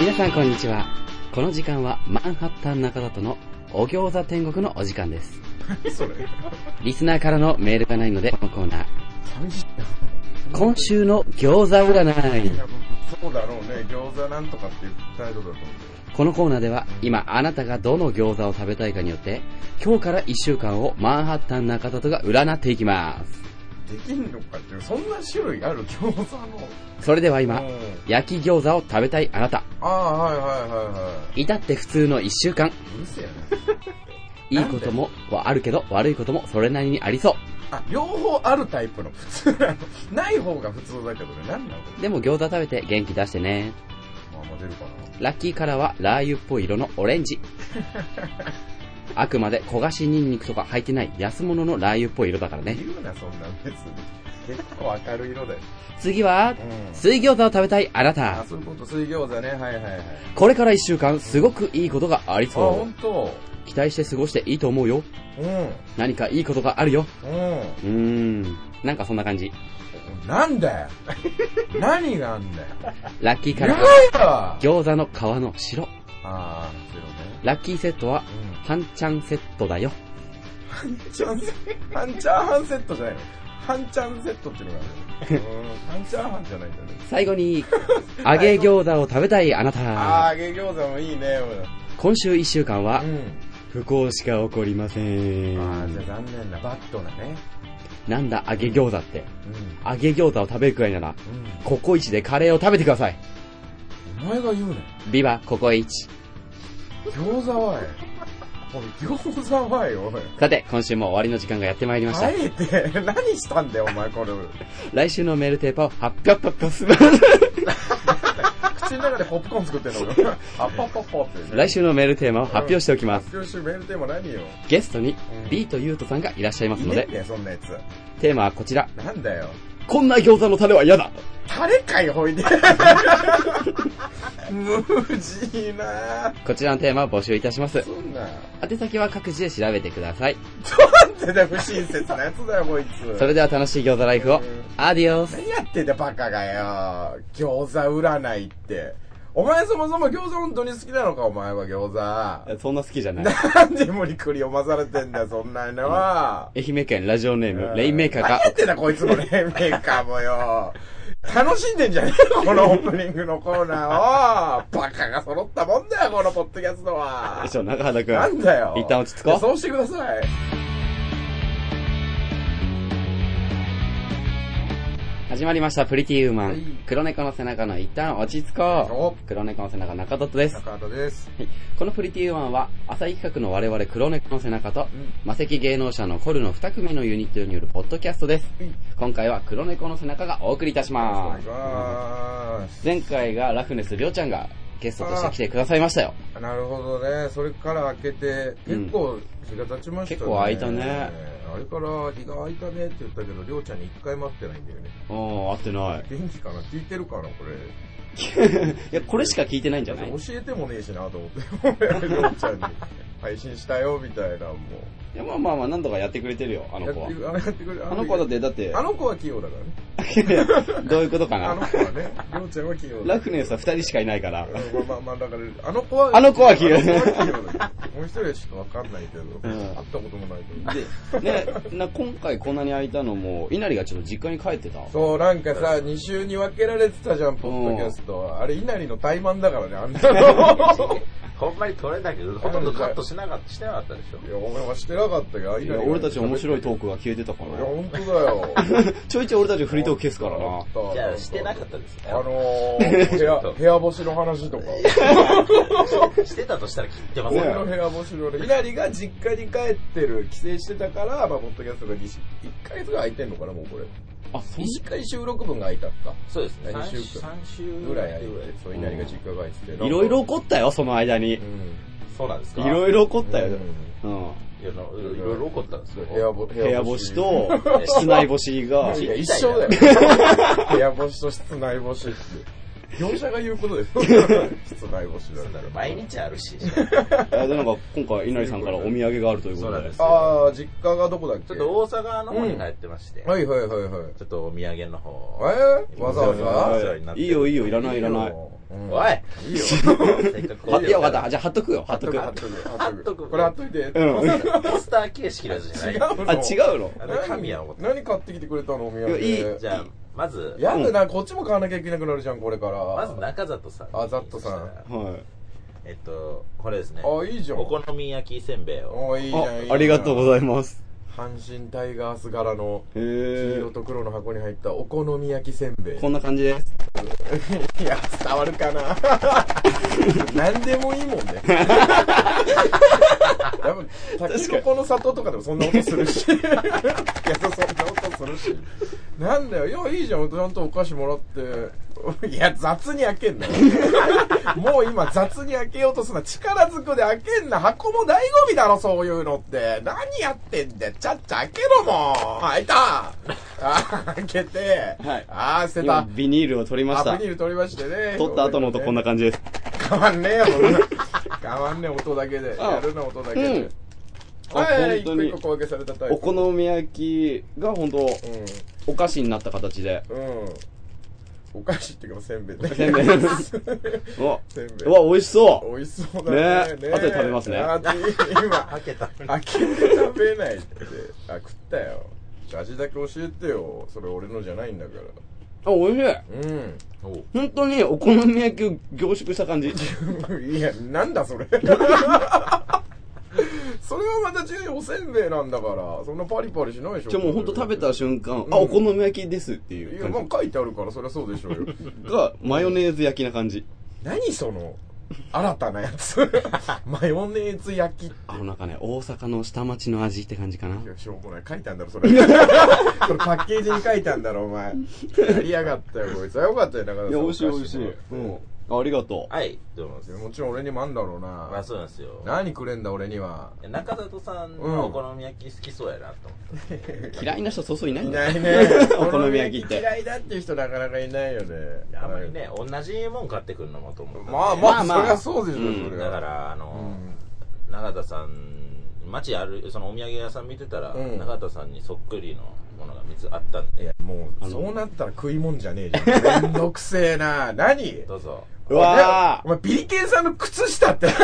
皆さんこんにちはこの時間はマンハッタン中里のお餃子天国のお時間ですそれ。リスナーからのメールがないのでこのコーナー三時。今週の餃子占いいや、そうだろうね。餃子なんとかっていうタイトルだと思このコーナーでは今あなたがどの餃子を食べたいかによって今日から1週間をマンハッタン中里が占っていきますう。できんのかっていう、そんな種類ある餃子の。それでは今うん焼き餃子を食べたいあなたああ、はいはいはいは至って普通の1週間い。うるせえな。いいこともあるけど悪いこともそれなりにありそあ、両方あるタイプの普通なの。ない方が普通だけどね。何なのこうでも餃子食べて元気出してねれ。まあ、まあ出るかな。ラッキーカラーはラー油っぽい色のオレン ジあくまで焦がしニンニクとか入ってない安物のラー油っぽい色だからね言うな、そんなん別に。結構明るい色だよ。次はうん水餃子を食べたいあなあた、そういうこと、水餃子ね。はいはいはい。これから1週間すごくいいことがありあ、そほんと。う期待して過ごしていいと思うようん。何かいいことがあるようん。うーんなんかそんな感じなんだよ何があんだよラッキーカやラばーいはわ餃子の皮の白ああ、そうね。ラッキーセットはうん。半ちゃんセットだよちゃんセハンチャーハンセットじゃないのハンチャンセットっていうのがあるよ。うん。ハンチャーハンじゃないんだよね。最後 に揚げ餃子を食べたいあなあたあ、揚げ餃子もいいね。今週1週間はう不幸しか起こりません。ああ、じゃあん残念な。バットなね。なんだ揚げ餃子ってう揚げ餃子を食べるくらいならん。ココイチでカレーを食べてくださいうん。お前が言うね。ビバココイチ餃子はえ。おい、餃子はえ、おい。さて今週も終わりの時間がやってまいりましたあえて、何したんだよ、お前、これ。来週のメールテーマを発表発表す る口の中でポップコーン作ってんの 俺あ、ポッポッポって。来週のメールテーマを発表しておきます。発表してメールテーマ何よゲストにうん B とユートさんがいらっしゃいますいのねでえ、ねそんなやつ。テーマはこちら。なんだよ。こんな餃子のタレは嫌だタレかい、ほいで。無事なこちらのテーマを募集いたしますそ。んな。宛先は各自で調べてください。なんてだよ、不親切なやつだよ、こいつ。それでは楽しい餃子ライフを。アディオス何やってんだよ、バカがよ。餃子占いって。お前そもそも餃子本当に好きなのか、お前は餃子。そんな好きじゃない。なんで無理くり読まされてんだよ、そんなのは。愛媛県ラジオネーム、レインメーカー何がやってんだ、こいつもレインメーカーもよ。楽しんでんじゃねえよ、このオープニングのコーナーを。バカが揃ったもんだよ、このポッドキャストは。ちょ、中原くん。なんだよ。一旦落ち着こうそうしてください。始まりました、プリティウーマはいン。黒猫の背中の一旦落ち着こおう。黒猫の背中中トです。中畑です。はいこのプリティウーマンは、浅井企画の我々黒猫の背中と、うん魔石芸能者のコルの2組のユニットによるポッドキャストです。はい今回は黒猫の背中がお送りいたしおま願いします。す。前回がラフネスりょうちゃんがゲストとして来てくださいましたよ。なるほどね。それから開けて、うん結構日が経ちましたね。結構空いたねあれから日が空いたねって言ったけど、りょうちゃんに一回待ってないんだよね。おー、合ってない。元気かな聞いてるかなこれ。いや、これしか聞いてないんじゃない教えてもねえしなと思って、りょうちゃんに配信したよみたいな、もう。いや、まあまあまあ、何度かやってくれてるよ、あの子はやって。くあやってくれあの子はだって、だってあ、の子は器用だからね。いやどういうことかあのな。子はね、りょうちゃんは器用だラフネスは2人しかいないから。うんまあまあだから、あの子は、あの子は器用あの子は器用だけどもう一人はちょっとわかんないけど、ん会ったこともないけど。で、ね、な今回こんなに空いたのも、稲荷がちょっと実家に帰ってた。そう、なんかさ、2週に分けられてたじゃん、ポッドキャスト。あれ、稲荷の怠慢だからね、あん なの。ほんまに取れたけど、ほとんどカットしなかった、してなかったでしょい。や、お前はしてなかったけど、い稲や荷が俺たち面白いトークが消えてたかいら や、本当だよ。ちょいちょい俺たちフリートーク消すからな。 じゃあ、してなかったですあね。の ー、部屋、部屋干しの話とか。してたとしたら切ってません俺よの。部屋干しのね、稲荷が実家に帰ってる、帰省してたから、まあ、ポッドキャストが2週、1ヶ月が空いてんのかな、もうこれ。あ、そん一回収録分が空いたか。そうですね。何3週週間三週ぐらい空いて、そう、稲荷が実家が空いてて。いろいろ起こったよ、その間に。いうん。そうなんですかろいろ起こったよ。うんうん。いやないろいろ起こったんですよ。部屋ぼ部部屋干しと、室内干しがい、や、い一や 緒だよ。部屋干しと室内干しって。業者が言うことです。 室内干しなんだだろう、毎日ある し。あでなんか今回稲荷さんからお土産があるということそうなんでですああ、実家がどこだっけちょっと大阪の方に帰ってまして、はいはいはいはい。ちょっとお土産の方をえーわざわおざ世話になっていいよいいよいらないいらないうんおいいいよ。せっかくあいやわ分かったじゃあ貼っとくよ貼っとく貼っとく。貼っと貼っとくく。これ貼っといて。う違んあポスター形式のやつじゃない。うの違うのあれ神や思って。何買ってきてくれたのお土産。いやいいじゃあ、まず、やだな、こっちも買わなきゃいけなくなるじゃん、これから。まず中里さん。あざっとさんはいえっと、これですね。あ、いいじゃん。お好み焼きせんべいを。おいいじゃんいいじゃん。あありがとうございます阪神タイガース柄のへ黄え色と黒の箱に入ったお好み焼きせんべい。こんな感じです いや、伝わるかな。 何でもいいもん ね。多分、タケノコの砂糖とかでもそんな音するし。い や、そそんな音するし。なんだよ、いや、いいじゃん、ちゃんとお菓子もらって。いや、雑に開けんなよ。 もう今、雑に開けようとすな。力ずくで開けんな。箱も醍醐味だろ、そういうのって。何やってんだよ。ちゃっちゃ開けろもん。開 いた。あ、開けて。はいあー、捨て今た。ビニールを取りましアたビニール取りましてね。取った後の音こんな感じです変わんねえよ、こんな変わんねえ音だけで。あやるな、音だけうでん。あはい、一本個当に一個小分けされたタイプ。お好み焼きが本当うお菓子になった形でん。うん。お菓子っていうか、せんべいね。せんべいうわせんべうわ美味しそう 美味しそうだね。ね後で食べますねあで今、開けた。開けて食べないって。あ、食ったよ。味だけ教えてよ。それ俺のじゃないんだから。あ美味しいうん。おう本当にお好み焼きを凝縮した 感じいや、なんだそれ。 それはまた違うよおせんべいなんだから、そんなパリパリしないでしょ。じゃあもう本当食べた瞬間、んあお好み焼きですっていいうや、感まあ書いてあるから、そりゃそうでしょう よ。じがマヨネーズ焼きな感じ何その、新たなやつ。 マヨネーズ焼き。あのなんかね大阪の下町の味って感じかないや、しょうもない。書いたんだ ろ、それ。それパッケージに書いたんだろ、お前。やりやがったよ、こいつ。あよかったよ、だから。いや美味しいお菓美味し子い、うん、ありがとうはい、どうもですいや。もちろん俺にもあんだろうな。まあそうなんですよ。何くれんだ、俺には。中里さんのお好み焼き好きそうやなと思って。嫌いな人そうそういないいんだなよ。いねお好み焼きって嫌いだっていう人なかなかいないよね。あんまりね、同じもん買ってくるのもと思う。まあままあまあ、そありゃそうでしょ、うんそれは。だから、あうの、ん永田さん街あるそのお土産屋さん見てたら、うん永田さんにそっくりのものが3つあったんいでや、もあのう、そうなったら食いもんじゃねえじゃん。めんどくせえな。 何どうぞうわお前、ビリケンさんの靴下って。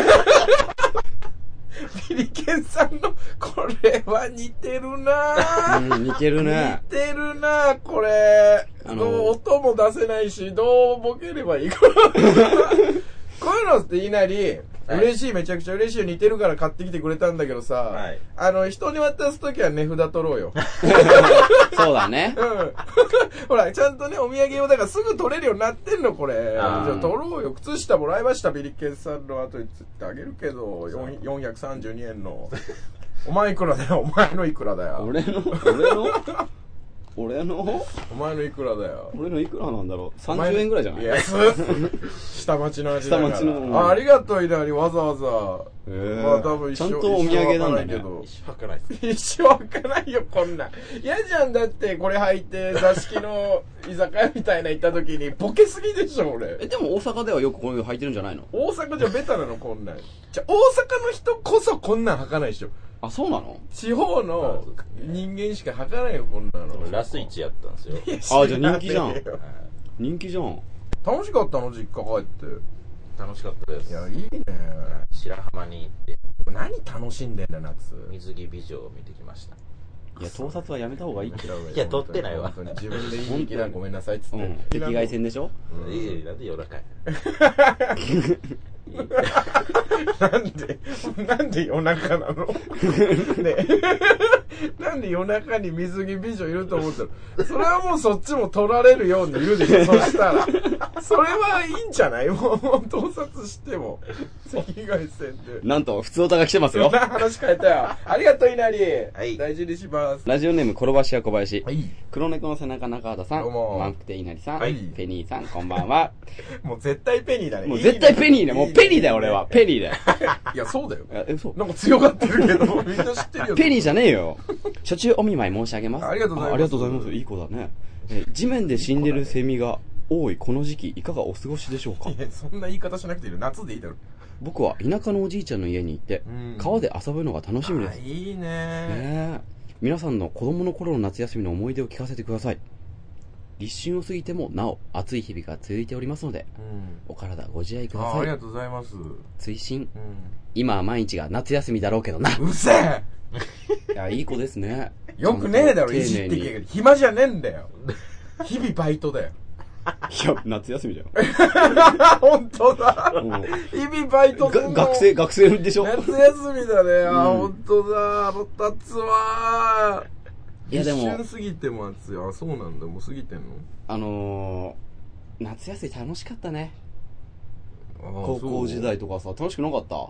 ビリケンさんの、これは似てるー なうん似てる似ねてるなこれ。あのどう音も出せないし、どうボケれば いいか。こういうのっていいなり、はい嬉しい、めちゃくちゃ嬉しいよ。似てるから買ってきてくれたんだけどさ、はいあの、人に渡すときは値札取ろう よ。そうだねうん。 ほら、ちゃんとね、お土産用だからすぐ取れるようになってんの、これ。じあーゃあ取ろうよ。靴下もらいました、ビリケンさんの後につってあげるけど、よん432円の。お前いくらだよ、お前のいくらだよ。俺の俺の俺のお前のいくらだよ。俺のいくらなんだろうお前30円ぐらいじゃないいへ や、す下町の味だから下町のうんあありがとう、いなり、わざわざ。ーまあ多分一ちゃん生とお土産なんだ一生わからけねど一緒はかないで一生開すかないよ、こんなん。嫌じゃんだって、これ履いて、座敷の居酒屋みたいな行った時に、ボケすぎでしょ、え俺。でも大阪ではよくこういうの履いてるんじゃないの大阪じゃベタなの、こんなん。じゃ、大阪の人こそこんなん履かないでしょ。あそうなの地方の人間しか履かないよ、こんなの。ラスイチやったんですよはいあじゃあ人気じゃん知らねえよ人気じゃん楽しかったの、実家帰っ楽しかったでて。いすや、いいね。白浜に行って何楽しんでんだよ、夏。水着美女を見てきましたいや盗撮はやめた方がいいっていいや撮ってないわ本当に自分で言いに来たごめんなさいっつっうてん。赤外線でしょうんいいなんで夜中やなんで、なんで夜中なのねえなんで夜中に水着美女いると思ってるそれはもうそっちも取られるようにいるでしょ、そしたら。それはいいんじゃないもう、もう盗撮しても。赤外線で。なんと普通歌が来てますよな話変えたよ。ありがとう、いなり。はい大事にします。ラジオネーム転ばし屋小林い。黒猫の背中中畑さんどうもマンクテ稲荷さんはいペニーさんこんばんはもう絶対ペニーだね。もう絶対ペニーねもうペニーだよいいね俺は。ペニーだよいや、そうだよ。え嘘なんか強がってるけど、 みんな知ってるよ。ペニーじゃねえよ。初中お見舞い申し上げます。ありがとうございますあありがとうございます。いい子だね。え地面で死んでるセミが多いこの時期いかがお過ごしでしょうかいやそんな言い方しなくていいの夏でいいだろ僕は田舎のおじいちゃんの家に行ってうん川で遊ぶのが楽しみであす、いいねねえ皆さんの子供の頃の夏休みの思い出を聞かせてください立春を過ぎてもなお暑い日々が続いておりますのでうんお体ご自愛くだああさりがいとうございますうん追伸今は毎日が夏休みだろうけどなうるせえいやい い子ですねよくねえだろちゃんと丁いじっ寧てにけ暇じゃねえんだよ日々バイト だよいや夏休みじゃん本当だもう日々バイトすんがの学生、学生でしょ夏休みだねあ、うん本当だ腹立つわいやでも一瞬過ぎても暑いあそうなんだもう過ぎてんのあのー、夏休み楽しかったね。あー高そ校う時代とかさ、楽しくなかった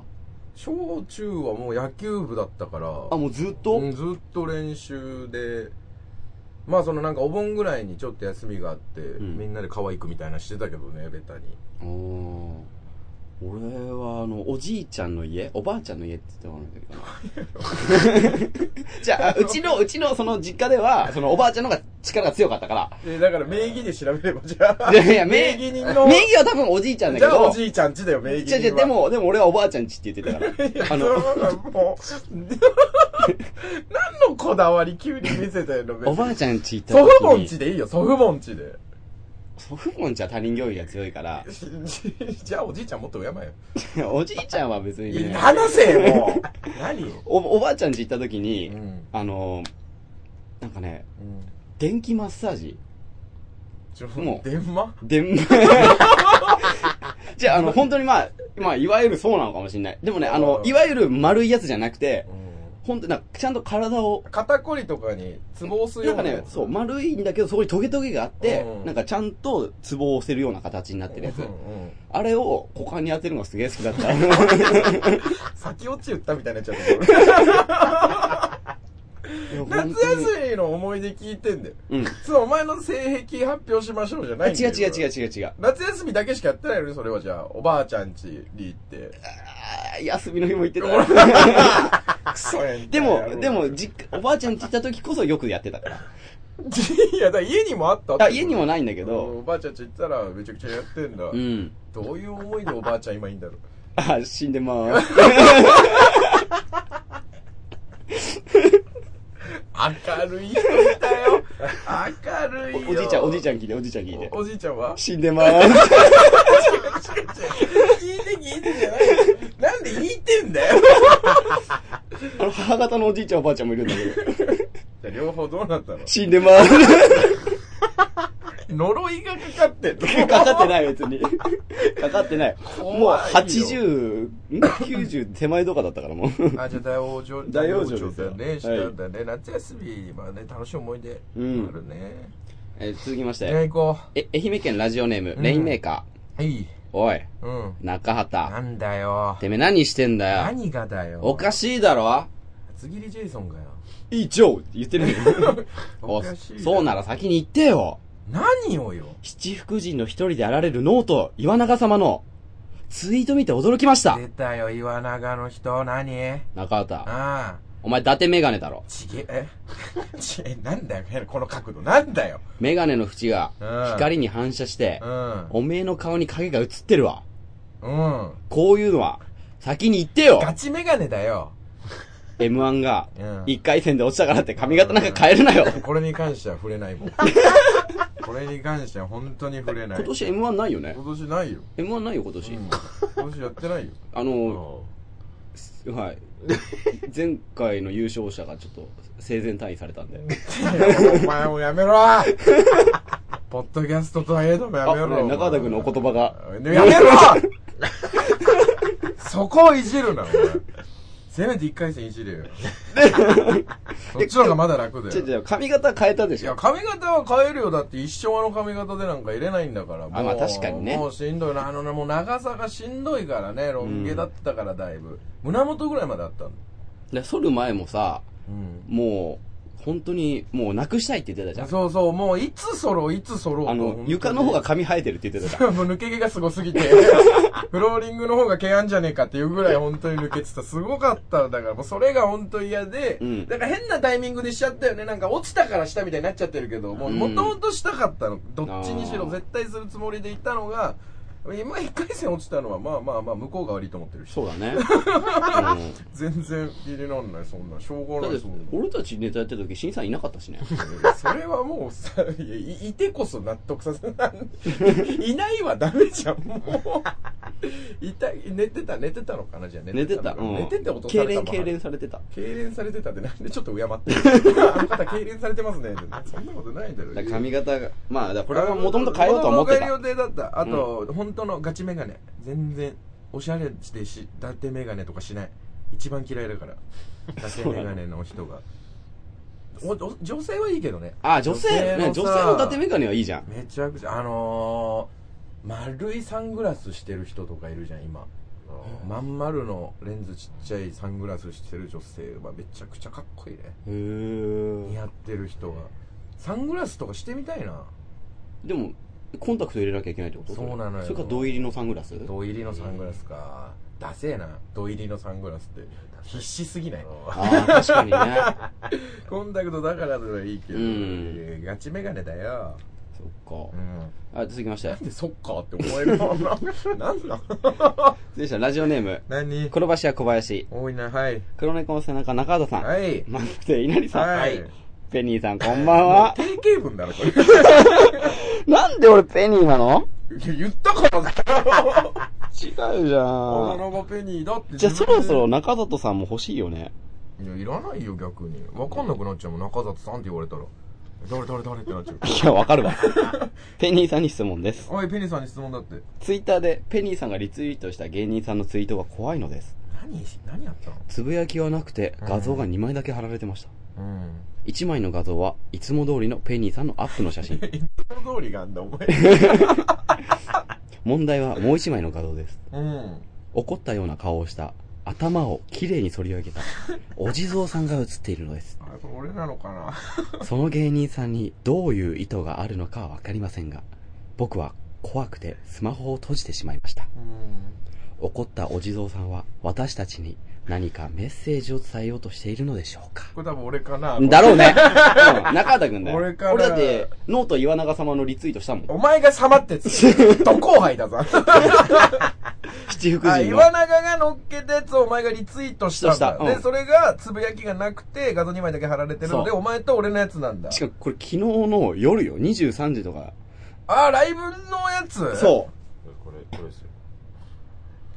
小中はもう野球部だったからあ、もうずっと、うんずっと練習でまあそのなんかお盆ぐらいにちょっと休みがあって、んみんなで可愛くみたいなしてたけどねベタにおー俺は、あの、おじいちゃんの家、おばあちゃんの家って言ってもらうんだけ どな。じゃあ、うちの、うちの、その実家では、そのおばあちゃんの方が力が強かったから。えだから名義で調べればじゃあいやいや、 名名義義人の名義は多分おじいちゃんだじけゃあおど、じいちゃんちだよ名義じゃ人あじゃあでも、でも俺はおばあちゃんちって言 ってたから。ああのの、もう 何のこだわり急に見せてんの別におばあちゃんち行った祖時に。父母んちでいいよ祖父母ん ちで祖父母んちは他人行儀が強いから、じゃあおじいちゃんもっと敬え よおじいちゃんは別に、いねや。話せよもう何よおおばあちゃん家行った時に、うんあのなんかね電気マッサージちょもう電話電じゃああの本当にまあ、まあ、いわゆるそうなのかもしれないでもねあのうんいわゆる丸いやつじゃなくて本当になんかちゃんと体を肩こりとかにツボ押すなよんうかなねそう丸いんだけどそこにトゲトゲがあって、うんなんかちゃんとツボを押せるような形になってるやつ、うんうんあれを股間に当てるのがすげえ好きだ った先落ち言ったみたいになっちゃった夏休みの思い出聞いてんだよみ、うん、そうお前の性癖発表しましょうじゃないんだ違うよ違う違うう違う違う夏休みだけしかやってないのにそれはじゃあおばあちゃんちに行ってあー休みの日も行ってた クソやんでも、でも、実家、おばあちゃんち行った時こそよくやってたから。 いやだから家にもあったってあ、こと家にもないんだけうんど、おばあちゃんち行ったらめちゃくちゃやってんだ、うん。どういう思いでおばあちゃん今いいんだろうあ、死んでまーす。明るい人だよ明るいよおじいちゃん、おじいゃちゃん聞いて、おじいちゃん聞いて。おじいちゃん は死んでまーす。聞いて聞いてじゃないよなんで聞いてんだよあの、母方のおじいちゃんおばあちゃんもいるんだけど、 じゃあ両方どうなったの死んでまー呪いがかかってんのす。かかってない、別に。かかってない。怖いよもう、80、ん90手前とかだったから、もう。 あじゃあ大往生大往生ですよだねしたはいんだね、夏休みはね楽しい思い出あうんるね、えー続きましじゃあて。行こえ、愛媛県ラジオネームう、んレインメーカういいー。おい、うん中な畑。んだよてめえ何してんだよ。何がだよおかしいだろ厚切りジェイソンがよいい、ジョー言ってるよ。 おかしいだろそうなら先に言ってよ。何をよ七福神の一人であられるノート、岩永様のツイート見て驚きました。出たよ岩永の人何中畑、ああお前伊達メガネだろ。ちげえ ちげえなんだよ変なこの角度なんだよメガネの縁がうん光に反射してう、んおめえの顔に影が映ってるわ。うんこういうのは、先に言ってよガチメガネだよ !M1 がうん、一回戦で落ちたからって髪型なんか変えるなよこれに関しては触れない もんこれに関しては本当に触れない今年 M1 ないよね今年ないよ ?M1 ないよ今年。今年やってないよあの、はい。前回の優勝者がちょっと生前退位されたんで。お前もや めろポッドキャストとはええどもやあ、めねろ、中畑君のお言葉が。ねやめろそこをいじるな、お前。せめて一回戦い じれよ。そっちの方がまだ楽だ違うよ。違う、髪型変えたでいしょや、髪型は変えるよ。だって一生あの髪型でなんか入れないんだから。もうあまあ確かにねもうしんどいな。あのね、もう長さがしんどいからね。ロン毛だったからだいぶ。胸元ぐらいまであったの。で剃る前もさうん。もう本当にもうなくしたいって言ってたじゃん。そうそう、もういつ揃う、いつ揃うとあの、床の方が髪生えてるって言ってたじゃん。 もう抜け毛がすご すぎて、フローリングの方が毛あんじゃねえかっていうぐらい本当に抜けてた。すごかった。だからもうそれが本当嫌で、うんだから変なタイミングでしちゃったよね。なんか落ちたから下みたいになっちゃってるけど、もううんもともとしたかったの。どっちにしあろー絶対するつもりでいたのが、今一回戦落ちたのはまあまあまあ向こうが悪いと思ってるし。そうだね。うん全然気になんない、そんな。しょうだっがない、てそんな、。俺たちネタやってた時、審査員いなかったしね。それはもうさ、いやいいてこそ納得させない。いないはダメじゃん、もう。いた、寝てた、寝てたのかな、じゃあ寝てた。のうかん。寝てて落とさ痙れ攣、た痙攣痙されてた。攣されてたってなんでちょっと敬ってる あの方痙攣されてますね。そんなことないだろ。だから髪型が、まあ、だからこれはもともと変えようと思って変えるた予。定だった。あと、本当のガチメガネ。全然、おしゃれしてし、伊達メガネとかしない。一番嫌いだから。伊達メガネの 人が。おお女性はいいけどね。あ、女性、ね、女性さの縦メガネはいいじゃん。めちゃくちゃ、あのー、丸いサングラスしてる人とかいるじゃん、今。まん丸のレンズちっちゃいサングラスしてる女性はめちゃくちゃかっこいいね。へ似ー合ってる人が。サングラスとかしてみたいな。でも、コンタクト入れなきゃいけないってことそうなのよそれか、銅入りのサングラス土入りのサングラスか。ダセえな。土入りのサングラスって。必死すぎない。ああ、確かにね。 コンタクトだからならいいけど、うんガチメガネだよ。そっうか。ん。あ、続きまして。で、そっかって思えるも んな。なんだ続きまして、ラジオネーム。何黒橋や小林。多いな、はい。黒猫の背中、中畑さん。はい。満腹で稲荷さん。はい。ペニーさん、こんばん は。定型文だろ、これ。なんで俺ペニーなのいや言ったからだろ。違うじゃ花ん。の場ペニーだって。じゃあそろそろい中里さんも欲しいよね。や、いらないよ、逆に。わかんなくなっちゃうもん、中里さんって言われたら。誰誰誰ってなっちゃう。いや、わかる わ。ペニーさんに質問です。おい、ペニーさんに質問だって。ツイッターでペニーさんがリツイートした芸人さんのツイートが怖いのです。何、何やったのつぶやきはなくて画像が2枚だけ貼られてました。 うん。 1枚の画像はいつも通りのペニーさんのアップの 写真。その通りがあんだ、お前。問題はもう1枚の画像です。うん。怒ったような顔をした、頭をきれいに反り上げた、お地蔵さんが写っているのです。あ、これ俺なのかな。その芸人さんにどういう意図があるのかはわかりませんが、僕は怖くてスマホを閉じてしまいました。うん。怒ったお地蔵さんは私たちに何かメッセージを伝えようとしているのでしょうかこれ多分俺かな。だろう ね。うん中畑くんだよ。俺からだって、ノート岩永様のリツイートしたもん。お前がさまってやつ。ど後輩 だぞ。七福あ、神の。 岩永が乗っけたやつをお前がリツイートしたんだ。そうしたうんで、それがつぶやきがなくて画像2枚だけ貼られてるので、そうお前と俺のやつなんだし。かもこれ昨日の夜よ、23時とか。あ、ライブのやつそ。これ、これですよ。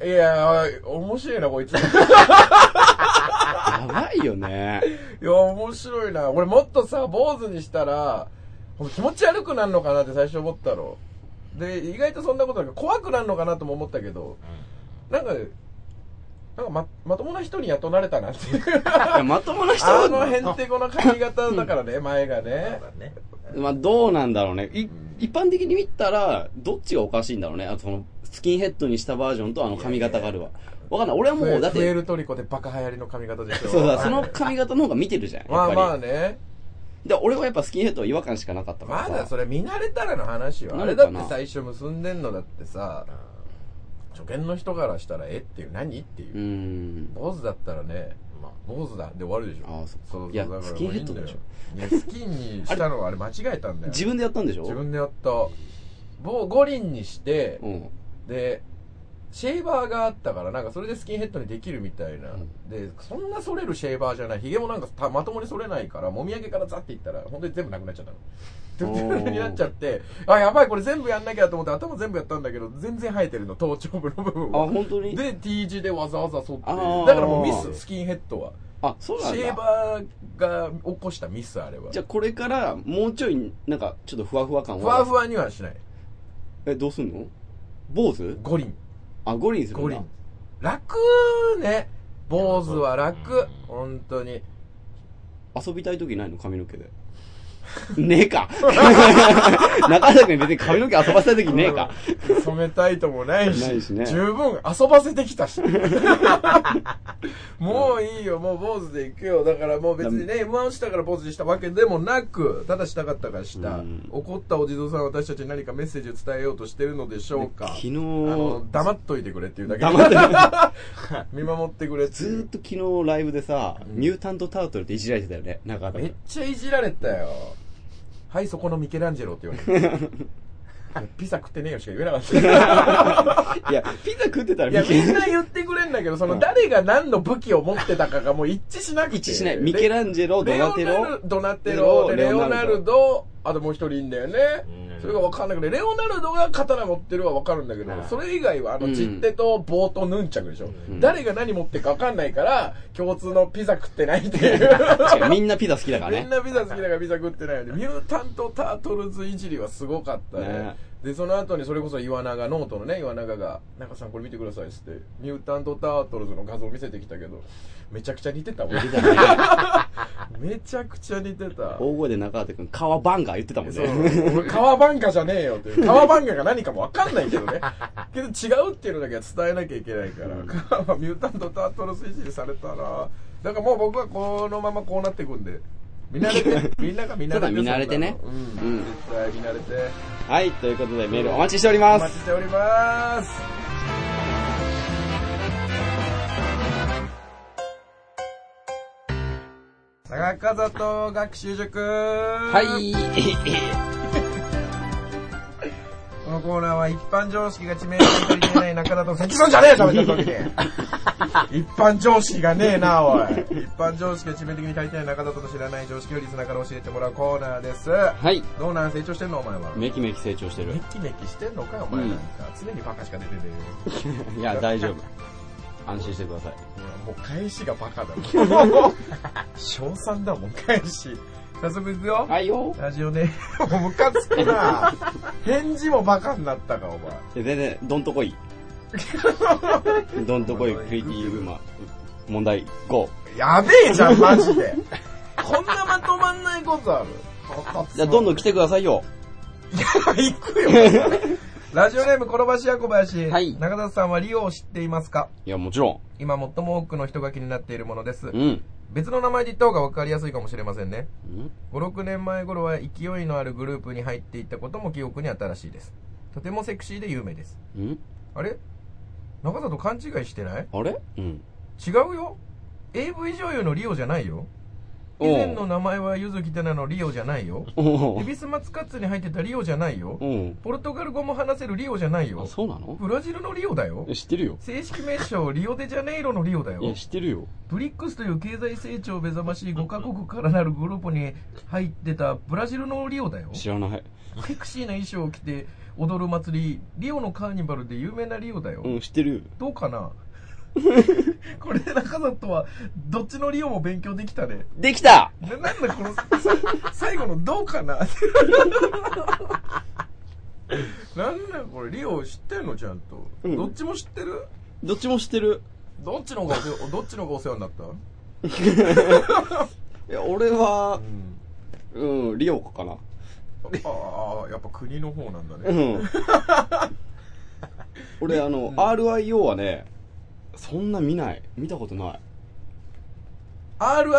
う。いや、面白いな、こいつ。いうやばいよ ね。や、面白いな。俺もっとさ、坊主にしたら、気持ち悪くなるのかなって最初思ったの。で、意外とそんなことなく、怖くなるのかなとも思ったけど、なんか、なんかま、まともな人に雇われたなっていう。 いやまともな人あのは、へんてこな髪型だからね、前がね。ね。まあどうなんだろうね。い一般的に見たら、どっちがおかしいんだろうね。あとその、スキンヘッドにしたバージョンとあの髪型があるわ。わかんない。俺はもう、だっプエて、ルトリコでバカ流行りの髪型でしょ。そうはだ、いその髪型の方が見てるじゃん。やっぱまあり。まあね。で、俺はやっぱスキンヘッドは違和感しかなかったからまさ。だそれ見慣れたらの話よ。あ慣れれだたっなて最初結んでんのだってさ、初見の人からしたらえっていう、何っていうう。ん。坊主だったらね、ま坊主だで終わるでしょ。ああ、そっかそうそういやだから、スキンヘッドでしょ。いいんだよいや、スキンにしたのはあれ間違えたんだよ。自分でやったんでしょ自分でやった。某五輪にして、うん。でシェーバーがあったからなんかそれでスキンヘッドにできるみたいな、でそんな剃れるシェーバーじゃないヒゲもなんかたまともに剃れないからもみあげからザッていったら本当に全部なくなっちゃったのトゥルトゥルになっちゃってあやばいこれ全部やんなきゃと思って頭全部やったんだけど全然生えてるの頭頂部の部分あ、は本当にで T 字でわざわざ剃ってあーだからもうミススキンヘッドはあ、そうなんだ。シェーバーが起こしたミスあれはじゃあこれから、もうちょい、なんか、ちょっとふわふわ感を。ふわふわにはしないえ、どうすんの坊主五輪あ、五輪するんだ。五輪楽ね坊主は楽本当に遊びたい時ないの髪の毛で。ねえか。 中崎に別に髪の毛遊ばせた時ねえか。うん染めたいともないし、ないしね十分遊ばせてきたし。 もういいよ、もう坊主で行くよ。だからもう別にね、M1 落ちたから坊主にしたわけでもなく、ただしたかったからした。うん怒ったお地蔵さんは私たちに何かメッセージを伝えようとしてるのでしょうか。昨日あの、黙っといてくれっていうだけ黙ってて 見守ってくれってずいうーっと昨日ライブでさ、ミュータントタートルっていじられてたよね、中め崎っ。ちゃいじられたよ。はい、そこのミケランジェロって言わ れて。ピザ食ってねえよしか言えなかった。いや、ピザ食ってたらいや、ミケみんな言ってくれんだけど、その誰が何の武器を持ってたかがもう一致しなくて。一致しないミケランジェロレドナテロレオナルドナテロ、でレレオオナナルルド、あともう一人いんだよねう。んそれがわかんなくて、レオナルドが刀持ってるはわかるんだけどはい、それ以外はあうの、んちってと棒とヌンチャクでしょん。誰が何持ってるかわかんないから、共通のピザ食ってないって いう。違うみんなピザ好きだからみねん。なピザ好きだからピザ食ってないよね。ミュータント・タートルズいじりはすごかったね。ねで、その後にそれこそ岩永、ノートのね、岩永が、なんかさんこれ見てくださいっつって、ミュータント・タートルズの画像見せてきたけど、めちゃくちゃ似てたもん。めちゃくちゃ似てた。大声で中畑くん、川バンガー言ってたもんそね。う俺川番ガじゃねえよっていう川番ガが何かも分かんない けどねけど違うっていうのだけは伝えなきゃいけないから川はミュータント・タートルスいじりされたらだからもう僕はこのままこうなっていくんで見慣 れてみんなが見慣れそうだて見慣れてねそんなのううんん、絶対見慣れてはい、ということでメールお待ちしておりまお待すち。しております佐賀風と学習塾ははい。このコーナーは一般常識が致命的に足りてない中田と関さんじゃねえよ喋ってる 時に一般常識がねえなおい一般常識が致命的に足りてない中田と知らない常識をリスナーから教えてもらうコーナーですはい。どうなん成長してんのお前はメめきめき成長してる。ッキメキしてんのかよお前うんなんか、常にバカしか出てねえよいや、大丈夫。安心してください。もう返しがバカだもん 称賛だもん返し早速いくよはいよ。ラジオねもうムカつ くな返事もバカになったかお前え全然、どんとこい。どんとこい、クリティウーマン。問題5。やべえじゃん、マジで。こんなまとまんないことある。 じゃあ、どんどん来てくださいよ。行くよ。ラジオネーム、転ばしや小林。はい中田さんはリオを知っていますかいや、もちろ今最も多くの人が気になっているものですん。う。ん。別の名前で言った方が分かりやすいかもしれませんね。うん5、6年前頃は勢いのあるグループに入っていったことも記憶に新しいです。とてもセクシーで有名です。うんあれ中田と勘違いしてないあれうん。違うよ。AV 女優のリオじゃないよ。以おう前の名前は柚木奈々のリオじゃないよ。お恵う比寿マツカッツに入ってたリオじゃないよお。うポルトガル語も話せるリオじゃないあ、よ。そうなのブラジルのリオだよえ。知ってるよ。正式名称、リオデジャネイロのリオだいや、よ。知ってるよ。ブリックスという経済成長目覚ましい5カ国からなるグループに入ってたブラジルのリオだよ。知らない。セクシーな衣装を着て踊る祭り、リオのカーニバルで有名なリオだよ。うん、知ってるよ。どうかな これで中里はどっちのリオも勉強できたね。できたな、なんだこの、さ 最後のどうかな なんだこれ、リオ知ってんのちゃんと。うんどっちも知ってるどっちも知ってる。どっちの方がお世、どっちの方がお世話になったいや、俺はう、ん。うん、リオかな。ああ、やっぱ国の方なんだうね。 ん。俺、あの、RIO はね、そんな見ない。見たことない。 RIO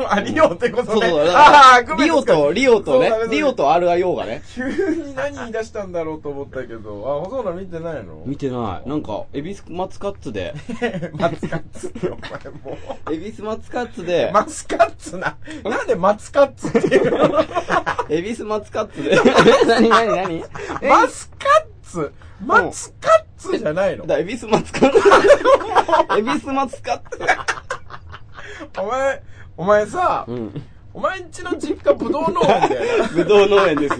の、あ、リオってこそうとね。そう。だああ、からリオと、リオとね、リオと。と RIO がね。急に何言い出したんだろうと思ったけど、あ、そうなの見てないの見てない。なんか、エビスマツカッツ で、て、マツカッツってお前もう。エビスマツカッツ で、マスカッツな。なんでマツカッツっていうのエビスマツカッツで、え 何何何えマスカッツマツカッツじゃない のだ、エビスマツカッ ツ。エビスマツカッツ。お前、お前さう、ん。お前んちの実家ブドウ農園だよ な。ぶどう農園です。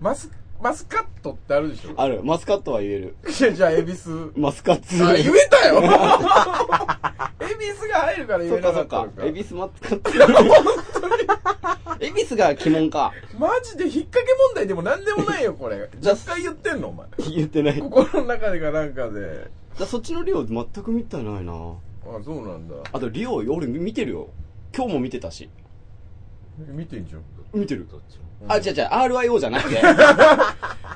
マス、マスカットってあるでしょある。マスカットは言える。いやじゃあ、エビス。マスカッツ。あ、言え たよエビスが入るから言そえっかなかそっったかの。かエビスマツカッツ。エビスが鬼門か。マジで引っ掛け問題でもなんでもないよ、これ。 じゃあ10回言ってんの、お前。言ってない。心の中でかなんかで。だそっちのリオ全く見てないなあ、そうなんだ。あとリオ俺見てるよ今日も見てたし見てんじゃん。見てるどっちもあ、違う違う、RIO じゃなくて。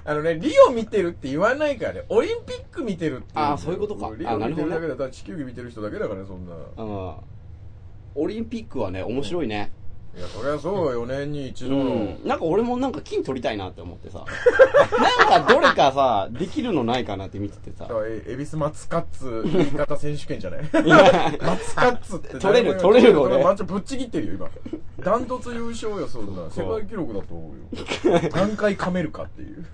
あのね、リオ見てるって言わないからね、オリンピック見てるっていあーそういうことかリあオなる見ほてどるねだけだと、地球儀見てる人だけだからね、そんな。うん。オリンピックはね、面白いね。いや、そりゃそうよ、4年に一う度のん。。なんか俺もなんか金取りたいなって思ってさ。 なんかどれかさ、できるのないかなって見ててさだ。からえ恵比寿マツカッツ言い方選手権じゃないマツカッツって取れる取れるよねマッチぶっちぎってるよ今ダントツ優勝よそんなそ世う界記録だと思うよ何回噛めるかっていう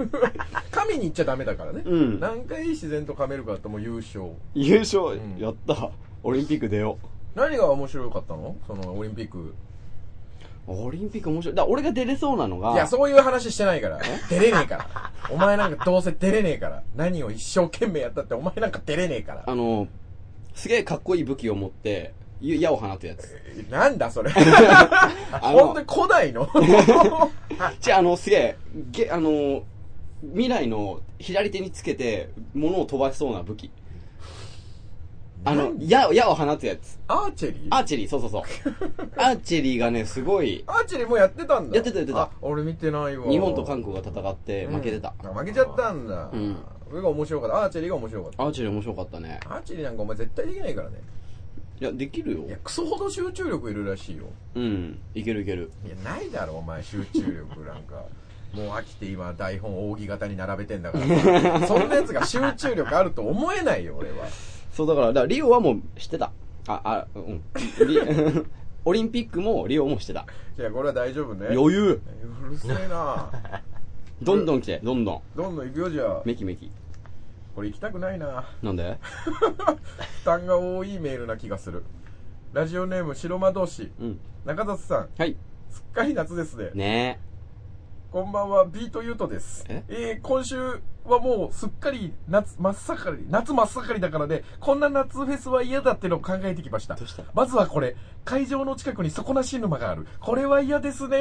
神に言っちゃダメだからね、うん何回自然と噛めるかってもう優勝優勝ん、やった。オリンピック出よ何が面白かったのそのオリンピックう。オリンピック面白い。だから俺が出れそうなのが。いやそういう話してないから出れねえからお前なんかどうせ出れねえから何を一生懸命やったってお前なんか出れねえからあの、すげえかっこいい武器を持って、ゆ矢を放つやつ。えなんだそれ あ本当のに、古 代のじゃああの、すげえ、げ、あの、未来の左手につけて、物を飛ばしそうな武器。あの、矢を、矢を放つやつ。アーチェリーアーチェリー、そうそう そう。アーチェリーがね、すごい、アーチェリーもやってたんだやってたやってたあ俺見てないわ日本と韓国が戦って負けてた。うんあ負けちゃったんだうんそれが面白かったアーチェリーが面白かっアーチェリー面白かったね。たアーチェリーなんかお前絶対できないからねいや、できるよいや。クソほど集中力いるらしいようん。いけるいける。いやないだろお前集中力なんかもう飽きて今台本扇形に並べてんだからさそんなやつが集中力あると思えないよ俺はそう、だから、だからリオはもう知ってた。あ、あ、うん。リ オリンピックもリオもしてた。じゃあこれは大丈夫ね余裕うるせえなどんどん来て、どんどん。どんどん行くよじゃあメキメキ。これ行きたくないななんで負担が多いメールな気がするラジオネーム白魔道士うん。中里さんはい。すっかり夏ですねねこんばんはビートユートですええー今週はもうすっかり夏真っ盛り夏真っ盛りだからねこんな夏フェスは嫌だってのを考えてきましたどうしたまずはこれ会場の近くに底なし沼があるこれは嫌で すね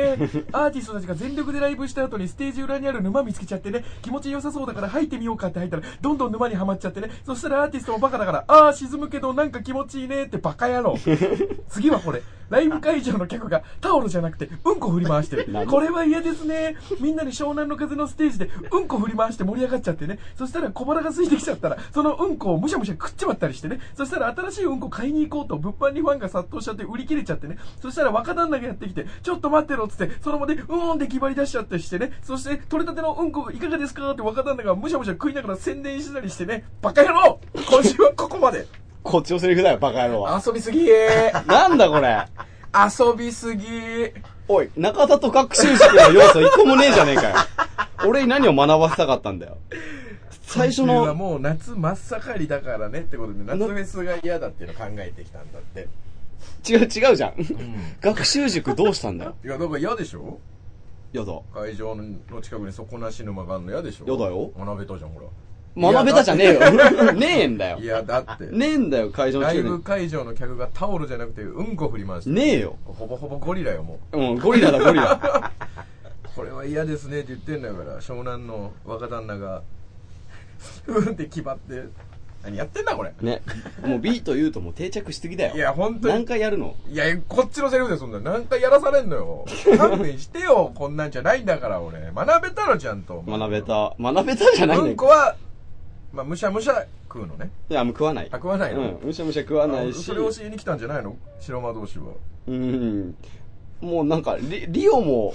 アーティストたちが全力でライブした後にステージ裏にある沼見つけちゃってね気持ち良さそうだから入ってみようかって入ったらどんどん沼にはまっちゃってねそしたらアーティストもバカだからああ沈むけどなんか気持ちいいねってバカ 野郎次はこれライブ会場の客がタオルじゃなくてうんこ振り回して るなんでこれは嫌ですね。みんなに湘南の風のステージでうんこ振り回して盛り上がっちゃってね。そしたら小腹が空いてきちゃったら、そのうんこをむしゃむしゃ食っちまったりしてね。そしたら新しいうんこ買いに行こうと物販にファンが殺到しちゃって売り切れちゃってね。そしたら若旦那がやってきて、ちょっと待ってろっつって、その場でうーんって気張り出しちゃってしてね。そして取れたてのうんこがいかがですかって若旦那がむしゃむしゃ食いながら宣伝したりしてね。バカ野郎今週はここまで。こっちのセリフだよ、バカ野郎は。 遊びすぎー。なんだこれ。遊びすぎー。おい、中田と学習式の要素一個もねえじゃねえかよ。俺に何を学ばせたかったんだよ。最初今週はの、もう夏真っ盛りだからねってことで夏フェスが嫌だっていうのを考えてきたんだって違う、違うじゃん。学習塾どうしたんだよ。いやだから嫌でしょやだ。会場の近くに底なし沼があるの嫌でしょ嫌だよ学べたじゃんほ学べたじゃねえよ。ねえんだらよい。やだってねえんだよ、会場ライ中ブに。会場の客がタオルじゃなくてうんこ振り回してねえよ。ほぼほぼゴリラよもうん、ゴリラだ、ゴリラ。うこれは嫌ですねって言ってんだから湘南の若旦那がうんって決まって何やってんだこれね。もうビート言うともう定着しすぎだよ。いや本当に何回やるのいや、こっちのセリフでそんな、何回やらされんのよ。勘弁してよ、こんなんじゃないんだから、俺。学べたろ、ちゃんと。学べた。学べたじゃないんだうんよこ。は、まあ、むしゃむしゃ食うのね。いや、もう食わない。あ食わないのうん、むしゃむしゃ食わないし。それを教えに来たんじゃないの白馬同士は。うん。もうなんか、リリオも、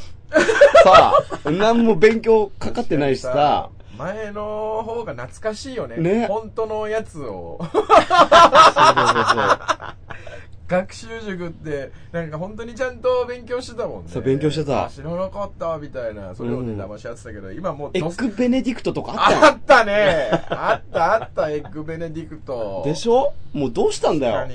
さ、 何も勉強かかってないしさ、前の方が懐かしいよね。ね本当のやつを。 そうそうそう学習塾って、なんか本当にちゃんと勉強してたもんね。そう勉強してたあ知らなかった、みたいな。それをね、うん騙し合ってたけど、今もうエどッすグベネディクトとかあったあったね。あったあった、エッグベネディクト。よでしょもうどうしたんだよ。い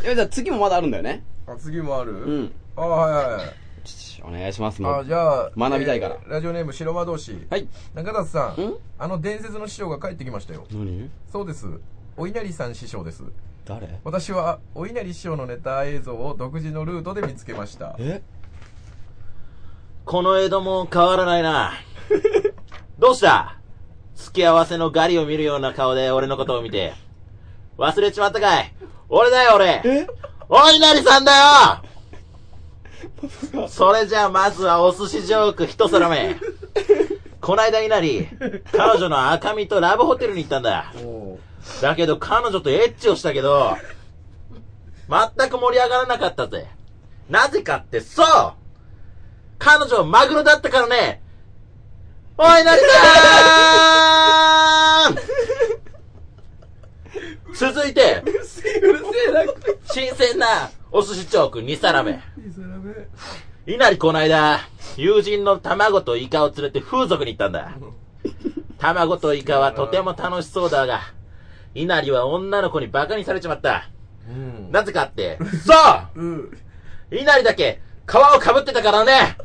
何や、じゃあ次もまだあるんだよね。あ、次もあるう。ん。あ、はいはいはい。ちょお願いします、もあ、う。じゃあ。学びたいからえーラジオネーム、白馬同士。はい。中田さんんあの伝説の師匠が帰ってきましたよ。何そうです。お稲荷さん師匠です。誰私は、お稲荷師匠のネタ映像を独自のルートで見つけました。えこの江戸も変わらないな。どうした付き合わせのガリを見るような顔で俺のことを見て。忘れちまったかい俺だよ俺えお稲荷さんだよそれじゃあまずはお寿司ジョーク一皿目。こないだいなり、彼女の赤身とラブホテルに行ったんだ。おだけど彼女とエッチをしたけど、全く盛り上がらなかったぜ。なぜかって、そう彼女はマグロだったからねおい、なりさーん続いて、うるせえうるせえな新鮮なお寿司チョーク2皿目。それめいなりこないだ、友人の卵とイカを連れて風俗に行ったんだ。卵とイカはとても楽しそうだが、いなりは女の子にバカにされちまった。うんなぜかって、そううんいなりだけ、皮をかぶってたからね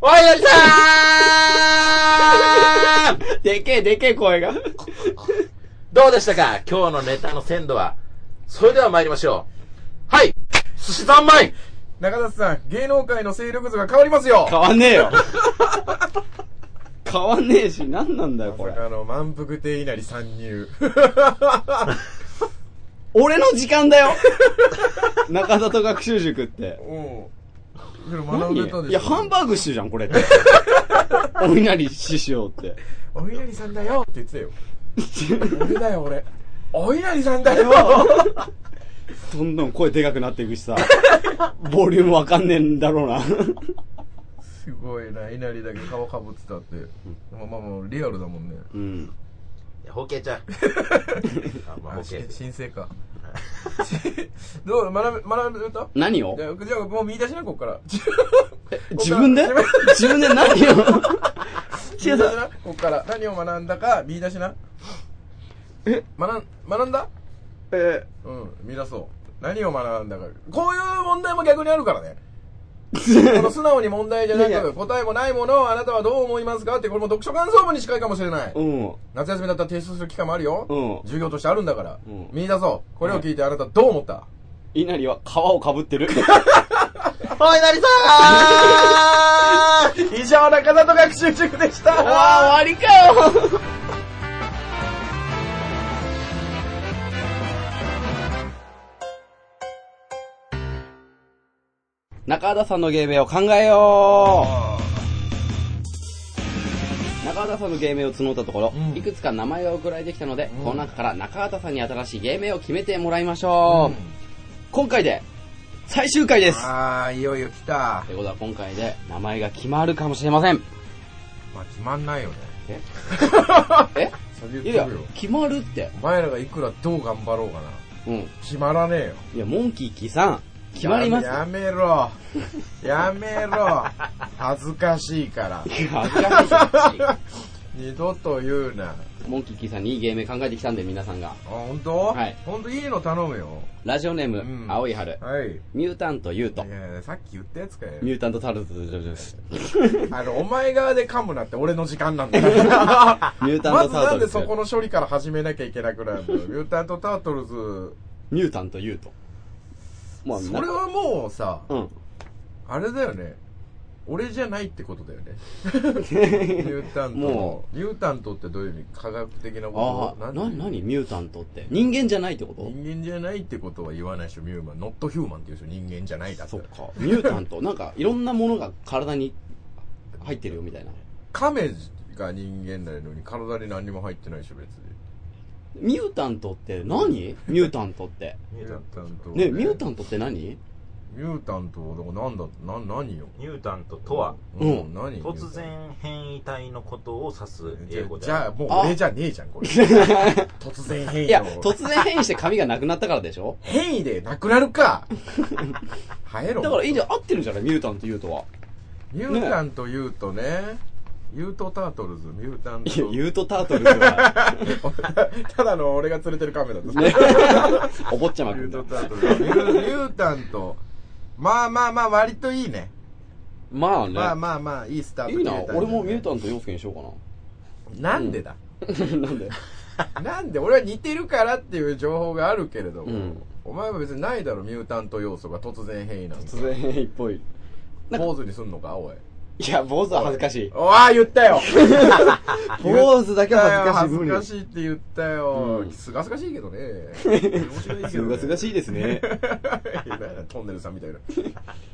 おい、いなりさーんでけえ、でけえ声 が。どうでしたか今日のネタの鮮度は。それでは参りましょう。はい寿司三昧中田さん芸能界の勢力図が変わりますよ変わんねえよ。変わんねえし、なんなんだよ、これ。あの満腹亭稲荷参入俺の時間だよ中里学習塾って。うんいろいろ学べた何でしょいや、ハンバーグ師匠じゃん、 これって。お稲荷師匠って。お稲荷さんだよって言っ てたよ俺だよ俺お稲荷さんだよ どんどん声でかくなっていくしさ。ボリュームわかんねえんだろうな。すごいな稲荷だけ顔かぶってたってまあまあまあリアルだもんねうん。いや、包茎ち ゃん。あ、まあ、包茎し申請か どう学べ学べた何をじゃあじゃあもう見出しなこっから自分でこっから自分で何 よ見出しなこっから何を学んだか見出しなえ学ん学んだえうん見出そう何を学んだかこういう問題も逆にあるか らねこの素直に問題じゃないやいくや答えもないものをあなたはどう思いますかってこれも読書感想文に近いかもしれないうん。夏休みだったら提出する期間もあるよ、うん授業としてあるんだから、うん見出そうこれを聞いてあなたどう思った、稲荷は皮をかぶってる。おい、なりさーん以上中里学習塾でしたあ、終わりかよ中田さんの芸名を考えよう中田さんの芸名を募ったところ、うんいくつか名前が送られてきたので、うんこの中から中田さんに新しい芸名を決めてもらいましょう、今回で最終回ですああいよいよ来たということは今回で名前が決まるかもしれませんまあ決まんないよねええそれい言ってやくよ決まるってお前らがいくらどう頑張ろうかなうん決まらねえよいや、モンキーキーさん、決まります。やめろやめろ恥ずかしいからいや恥ずかしいし二度と言うなあ モンキーキーさんにいい芸名考えてきたんで、皆さんが。本当、はい本当いいの頼むよラジオネーム、うん青い春、はいいミュータントユート、やいやさっき言ったやつかよミュータントタルトジョジョです。あのお前側で噛むなって俺の時間なんだからミュータまントずタなんルトでジョそジこョ。の処理から始めなきゃいけなくなるのミュータント・タートルズミュータントユート。まあ、それなはもうさうん。あれだよね俺じゃないってことだよね ミュータントのもミュータントってどういう意味科学的なあことあ、なな、んてなにミュータントって。人間じゃないってこ人間じゃないってことは言わないでしょミューマンノットヒューマンって言うでしょ人間じゃないだとっそたっか。らミュータント。なんか、いろんなものが体に入ってるよ、みたいな。カメが人間なのに体に何にも入ってないでしょ別にミュータントって何ミュータントって。ミュータントね、ミューンタントって何ミュータントはだから何だな何よニュータントとは、うん何突然変異体のことを指すじゃ英語でじゃあある。もうあ俺じゃねえじゃんこ れ突然変異いや、の突然変異して髪がなくなったからでしょ変異でなくな るか生えろだからいいんじゃん合ってるんじゃないミュータントユートは。ミュータント言うとねユートタートルズミュータントいや、ユートタートルズ は、 ただの俺が連れてるカメだとね、お坊ちゃまくミュんーだト。タントミュミュータントまあまあまあ割といいねまあね。まあまあまあいいスタートいいな、俺もミューンタント洋介にしようトなんでだ、か な。なんでなんで俺は似てるからっていう情報があるけれども、うんお前は別にないだろミュータント要素が突然変異なんか突然変異っぽい。なんか坊主にすんのかおいいや、坊主は恥ずかしい。わあ、言ったよ坊主だけは恥言ずったよ恥かずかしい。しいって言ったよう。んすがすがしいけどね。面白いけど ねすがすがしいです ね。トンネルさんみたいな。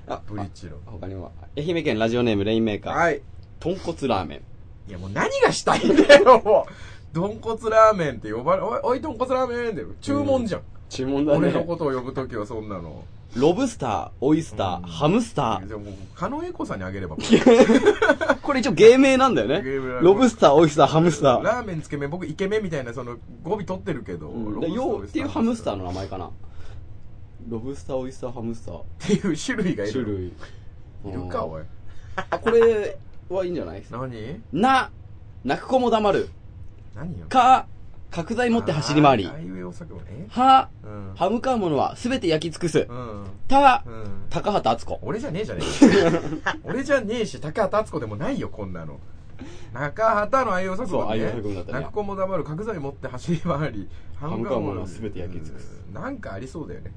あ、ブリッジの。あ他にも、愛媛県ラジオネームレインメーカー。はい。豚骨ラーメン。いや、もう何がしたいんだよ、もう。豚骨ラーメンって呼ばれ、おい、おい、豚骨ラーメンって注文じゃん。注文だ俺のね。ことを呼ぶときはそんなの。ロブスター、オイスター、ハムスター。でも、カノエコさんにあげれば。これ一応芸名なんだよね芸名。ロブスター、オイスター、ハムスター。ラーメンつけ麺、僕イケメンみたいな、その、語尾取ってるけど。うんロブでスターようっていうハムスターっの名前かな。ロブスター、オイスター、ハムスター。ていう種類がいる。種類。いるか、うんおい。あこれはいいんじゃない何な、泣く子も黙る。何よ。か、角材持って走り回りあー。あいうえおさくもね。は、うん。歯向かう者はすべて焼き尽くすう。ん。たう、ん。高畑敦子。俺じゃねえじゃねえ か俺じゃねえし、高畑敦子でもないよ、こんなの。中畑の愛用作そう文愛用ね作文だっ。たね泣く子も黙る、角材持って走り回り、半分半分はもう全て焼き尽くすうんなんかありそうだよね。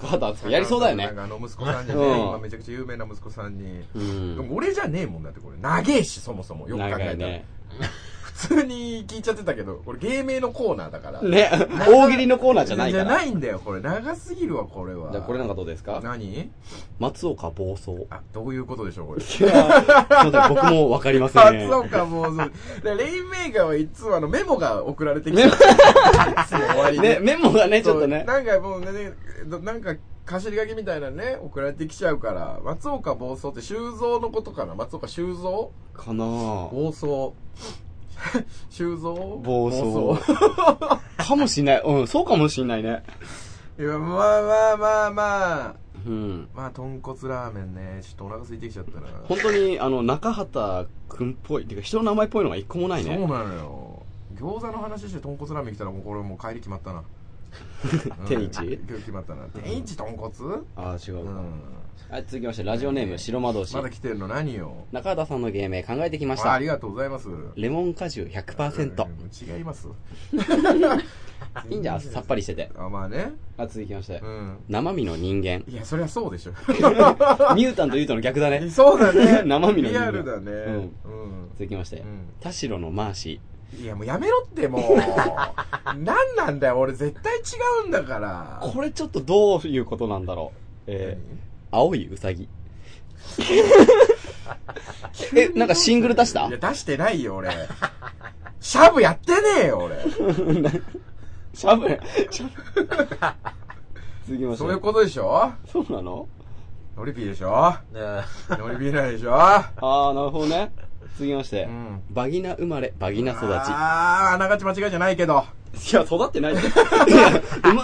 高畑敦子。やりそうだよねなん。かあの息子さんにね、うん今めちゃくちゃ有名な息子さんに。うでん。も俺じゃねえもんだって、これ。長えし、そもそも。よく考えた長ら。いね。普通に聞いちゃってたけど、これ芸名のコーナーだから。ね、大喜利のコーナーじゃないから。いんだよ、これ。長すぎるわ、これは。じゃあこれなんかどうですか何松岡暴走。あ、どういうことでしょう、これ。いやすいません僕もわかりま せん。松岡坊主。でレインメーカーはいつもあのメモが送られてきて、メいモつも終わ りね、で。メモがね、ちょっとそうね。なんかもうね、どなんか、かしり書きみたいなのね、送られてきちゃうから、松岡暴走って修造のことかな松岡修造かなぁ。暴走。 修造暴走。かもしんない。うん、そうかもしんないね。いや、まあまあまあまあ。うん。まあ、豚骨ラーメンね。ちょっとお腹空いてきちゃったな。本当に、あの、中畑くんっぽい。てか、人の名前っぽいのが一個もないそうね。なのよ餃子の話して豚骨ラーメン来たらもうこれもう帰り決まったな天一うん今日決まったな天一豚骨あー、違ううか。んはい、続きまして、ラジオネーム、白魔導士ま。だ来てるの何よ中畑さんの芸名考えてきましああたり。がとうございますレモン果汁100%。うん違います いいんじゃん、さっぱりしてて。あまあねあ、続きましてう。ん生身の人間。いやそりゃそう でしょミュータンとユートの逆だね。そうだね 生身の人間リアルだねうん続きましてう。ん田代のマーシいやもうやめろっても う何なんだよ俺絶対違うんだからー。これちょっとどういうことなんだろう。えー、青いウサギ。え、なんかシングル出したいや出してないよ俺シャブやってねえよ俺しゃぶ、 しゃぶ。続きましそういうて。ことでしょそうなのノリピーでしょねノリピーないでしょあー、なるほどね。続きまして。ん。バギナ生まれ、バギナ育あー、あながち間違いじゃないけど。ち。いや、育ってないじゃん。 いや、生ま、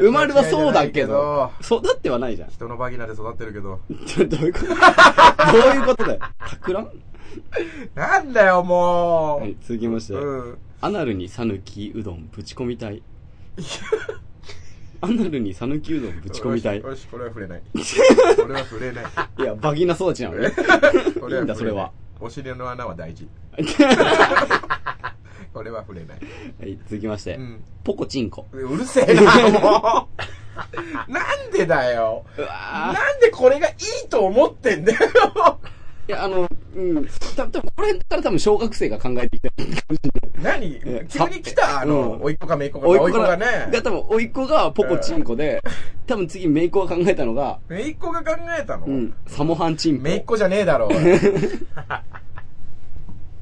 生まれはそうだけど、育ってはないじゃん。 人のバギナで育ってるけど。ちょどういうことど ういうことだよ。たくらんなんだよ、もはい、続きましてう。。うん。アナルにさぬきうどんぶち込みたい。アナルにさぬきうどんぶち込みたい。よし、これは触 れない。これは触れない。いや、バギナ育ちなのね。こいいん だそれは。お尻の穴は 大事。これは触れない。はい、続きまして。うん。ポコチンコ。うるせえな、もう。なんでだよ。うわーなんでこれがいいと思ってんだよ。いや、あの、うん。た、多分これから多分小学生が考えてきた。何え急に来たあうの、んおいっ子かめいっ子か、甥おいっ子ががね。が多分、甥っ子がポコチンコで、多分次、姪っ子が考えたのが、めいっ子が考えたのうん、サモハンチンポ。めいっ子じゃねえ だろ、おい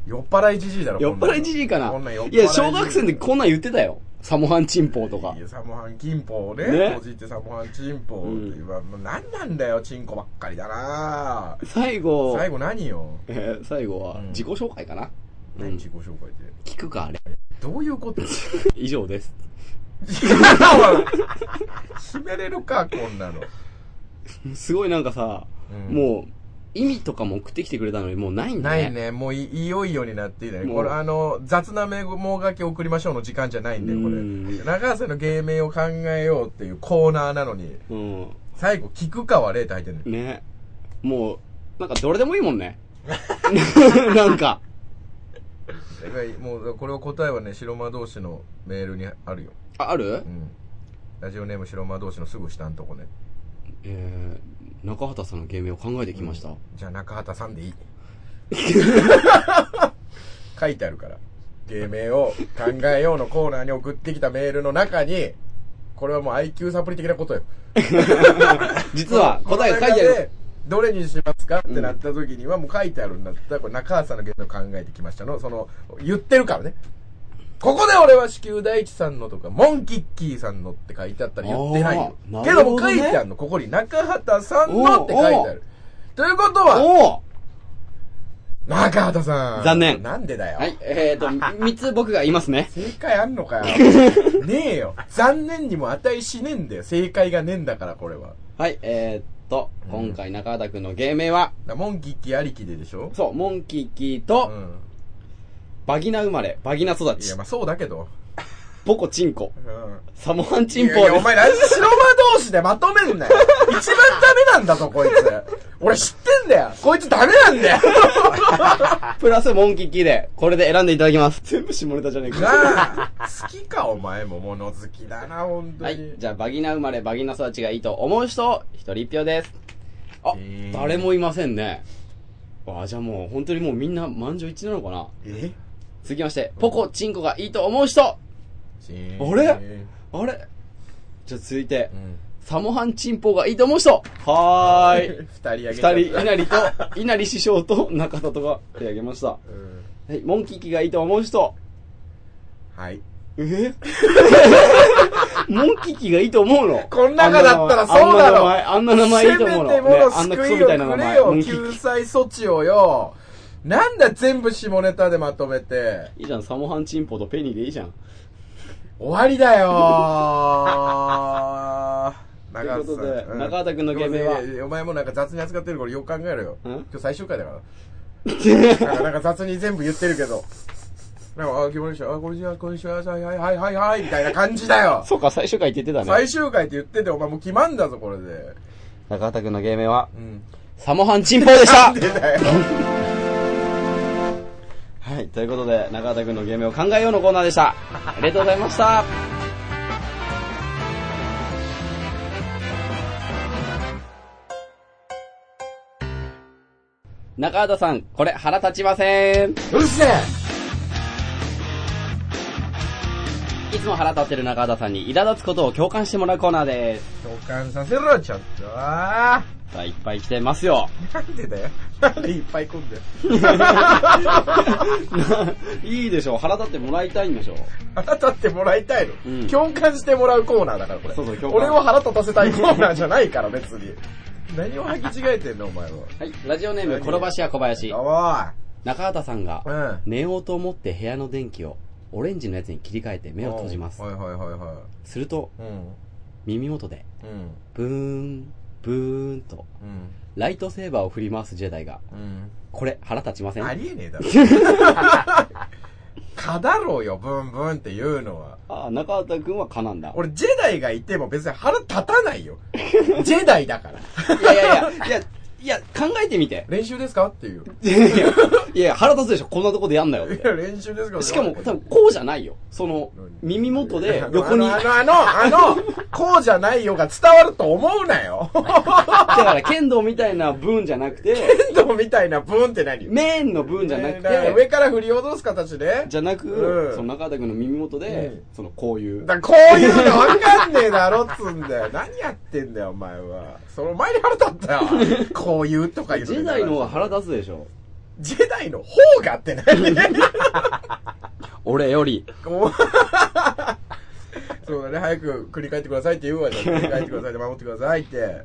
酔っ払いじじいだろ、酔っ払いじじじいかなこんなん酔っ払いいや、小学生の時こんなん言ってたよ。サモハンチンポとかい。や、サモハン金ポをね、ね閉じてサモハンチンポってうん言わ、もう何なんだよ、チンコばっかりだな最後、最後何よえー最後はうん自己紹介かな、うん何自己紹介って。聞くか、あれ。 どういうこと 以上です。決めれるか、こんなの。すごいなんかさ、うんもう、意味とかも送ってきてくれたのにもうないんだなね。い。ね。もうい、いよいよになっていいね。もうこれ、あの、雑な名簿書き送りましょうの時間じゃないんだよ、こうれ。ん長瀬の芸名を考えようっていうコーナーなのに、うん。最後、聞くかは0って入ってんのよ。ね。もう、なんかどれでもいいもんね。 なんか。だからもう、これを答えはね、白間同士のメールにあるよ。あ、あるうん。ラジオネーム白間同士のすぐ下のとこね。えー、中畑さんの芸名を考えてきました。じゃあ、中畑さんでいい。書いてあるから。芸名を考えようのコーナーに送ってきたメールの中に、これはもう IQ サプリ的なことよ。実は答えが書いてあこの中でる。どれにしますかってなった時にはもう書いてあるんだったら、これ中畑さんの芸能考えてきましたの、その、言ってるからね。ここで俺は子宮大地さんのとか、モンキッキーさんのって書いてあったら言ってないよ。あーけどなるも書ほどいねてあるの、ここに中畑さんのって書いてある。ということは、おお中畑さん。残念なんでだよ。はい、えっ、と、3つ僕が言いますね。正解あんの かよ。ねえよ。残念にも値しねえんだよ。正解がねえんだから、これは。だかはい、えっ、と、今回中畑くんの芸名は、らモンキッキーありきででしょそう、モンキーキーと、うん。バギナ生まれ、バギナ育いちや、、まあそうだけど。ポコチンコ、うん。サモハンチンポいやいやでお前、ラジシロバ同士でまとめんなよ。一番ダメなんだぞ、こいつ。俺知ってんだよ。こいつダメなんだよ。す、プラスモンキーキーで、これで選んでいただきます。全部下ネタじゃねえか。なあ、好きか、お前も物好きだな、本当はに。い、じゃあバギナ生まれ、バギナ育ちがいいと思う人、一人一票です。あえ、ー誰もいませんね。あ、じゃあもう本当にもうみんな満場一致なのかなえ続きまして、ポコチンコがいいと思う人あれあれじゃあ続いてう、ん。サモハンチンポがいいと思う人はーい。 二人あげ二ちゃった人、稲荷と、稲荷師匠と中里が手挙げました。はうんい、モンキキがいいと思う人。はい。えモンキキがいいと思うのこん中だったらそうだろあんな名前あんな名前いいと思うの。せめてものねあんなク救ソいみたいなを名くれ前。よモ、ンキキ。救済措置をよ。なんだ、全部下ネタでまとめて。いいじゃん、サモハンチンポとペニーでいいじゃん。終わりだよ ーということで中畑さん中畑君の芸名はいやいやお前もなんか雑に扱ってるからよく考えろよ。ん今日最終回 だから。なんかなんか雑に全部言ってるけど。なんか、あ、気持ちいい。あ、こんにちは、こんにちは、はいはいはいはいはい、みたいな感じだよ。そうか、最終回言ってたね最。終回って言ってて、お前もう決まんだぞ、これで。中畑くんの芸名は、 うん。サモハンチンポでした出たよ。はい、ということで、中畑くんの芸名を考えようのコーナーでした。ありがとうございました。中畑さん、これ腹立ちません。うるせえいつも腹立ってる中畑さんに苛立つことを共感してもらうコーナーです。共感させろ、ちょっと。なさあ、いっぱい来てますよ。んでだよ。なんでいっぱい来ん だよ。 いいでしょ、腹立ってもらいたいんでしょ。腹立ってもらいたいの、うん共感してもらうコーナーだからこれ。そうそう共感俺を腹立たせたいコーナーじゃないから別に。 何を履き違えてんのお前は。はい、ラジオネーム、転ばし屋小林。お中畑さんが、い。うん。寝ようと思って部屋の電気をオレンジのやつに切り替えて目を閉じますはいはいはいはするとい。うん。耳元でうん。ブーンブーンとうん。ライトセーバーを振り回すジェダイがうん。これ腹立ちませんあありえねえだろ。 蚊だろうよ、ブンブンっていうのは。あ中畑君はかなんだ俺、ジェダイがいても別に腹立たないよ。ジェダイだ から。いやいやいやいやいや考えてみて練習ですかっていう。いやいやいや腹立つでしょこんなとこでやんなよっいてや、練習ですかしかも多分こうじゃないよその耳元 で横にあだの、あの、あの、こうじゃないよが伝わると思う なよ。から剣道みたいなブーンじゃなくて 剣道みたいなブーンって何メーンのブーンじゃなくだからて上から振り落とす形で。じゃなく、うんその中田君の耳元で、うんそのこういう。だからこういうのわかんねえだろっつうんだよ。 何やってんだよ、お前は。その前に腹立ったよ。 こういうとか言うジェダイの方が腹立つでしょ。ジェダイの方がって何 俺より。こうそうだね、早く繰り返ってくださいって言う わじゃん。繰り返ってくださいって守ってくださいって。はい、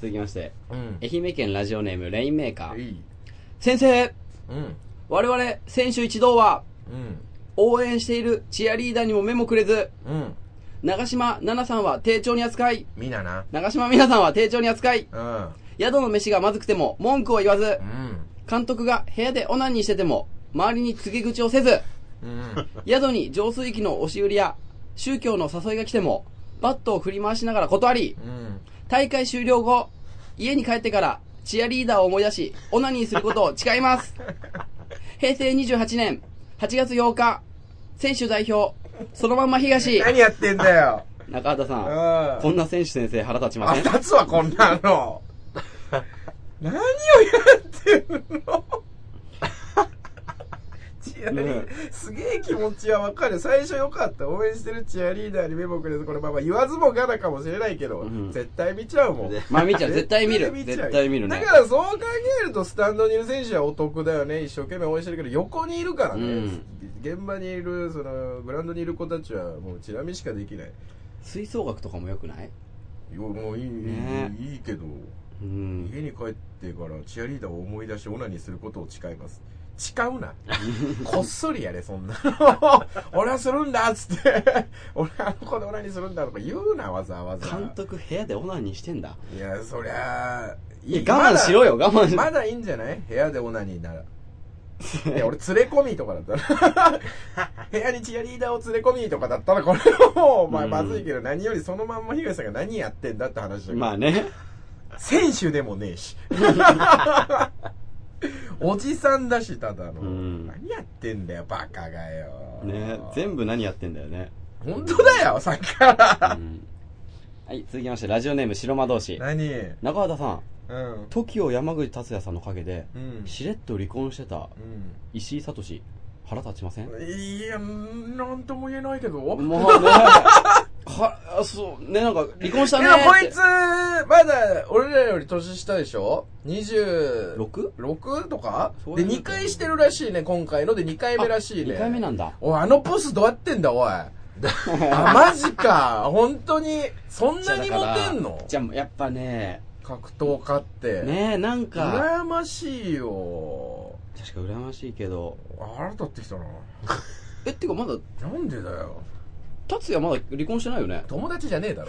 続きまして。うん。愛媛県ラジオネームレインメーカいー。い。先生うん。我々、選手一同は、うん。応援しているチアリーダーにも目もくれず、うん。長島奈々さんは丁重に扱い、みなな。長島美奈さんは丁重に扱い、うん。宿の飯がまずくても文句を言わずう、ん。監督が部屋でオナニーしてても、周りに告げ口をせず、うん。宿に浄水器の押し売りや、宗教の誘いが来ても、バットを振り回しながら断り、うん。大会終了後、家に帰ってから、チアリーダーを思い出し、オナニーすることを誓い ます。平成28年8月8日、選手代表、そのまんま東、何やってんだよ。中畑さうんん、こんな選手先生腹立ちまあ、せん立つわ、こんなの。何をやってんのやいやねすげえ気持ちはわかる。最初よかった。応援してるチアリーダーに目もくれず、これまあまあ言わずもがなかもしれないけど、うん絶対見ちゃうもん。まあ見ちゃう。絶対見る。ちゃう絶対見るね。だからそう考えると、スタンドにいる選手はお得だよね。一生懸命応援してるけど、横にいるからね。うん現場にいる、その、グラウンドにいる子たちは、もうチラ見しかできない。吹奏楽とかも良くないいやもういい、ねいいけど、うん。家に帰ってからチアリーダーを思い出しオナにすることを誓います誓 うなこっそりやれそんなの 俺はするんだっつって 俺はあの子でオナにするんだとか言うなわざわざ監督部屋でオナニーしてんだ。いやそりゃいや、我慢しろよよ、我 慢しろま。だいいんじゃない部屋でオナニーならいや俺連れ込みとかだっ たら部屋にチアリーダーを連れ込みとかだったらこれもうお前うんまずいけど何よりそのまんま東さんが何やってんだって話だけどまあね。選手でもね えし。おじさんだし、ただの。うん何やってんだよ、バカがよ。ね全部何やってんだよね。本当だよ、さっきから。うんはい、続きまして、ラジオネーム白魔同士。何中畑さん、うん。 TOKIO 山口達也さんの陰で、うん。しれっと離婚してたう石井聡腹立ちませんん。いや、なんとも言えないけど。いも うね、は、あそう、ね、なんか、離婚したねや、こーいっつ、て。まだ、俺らより年下でしょ ?26? 六6とかそうで、いうこと2回してるらしいね、今回ので2回目らしいね。 2回目なんだ。おい、あのボスどうやってん だ、おい。あ、マジか。本当に、そんなにモテんのじゃあ、やっぱね、格闘家って。ねえ、なんか、羨ましいよ。確か羨ましいけど、腹立ってきたな。え、ってかまだ、なんでだよ。達也まだ離婚してないよね。友達じゃね えだろ。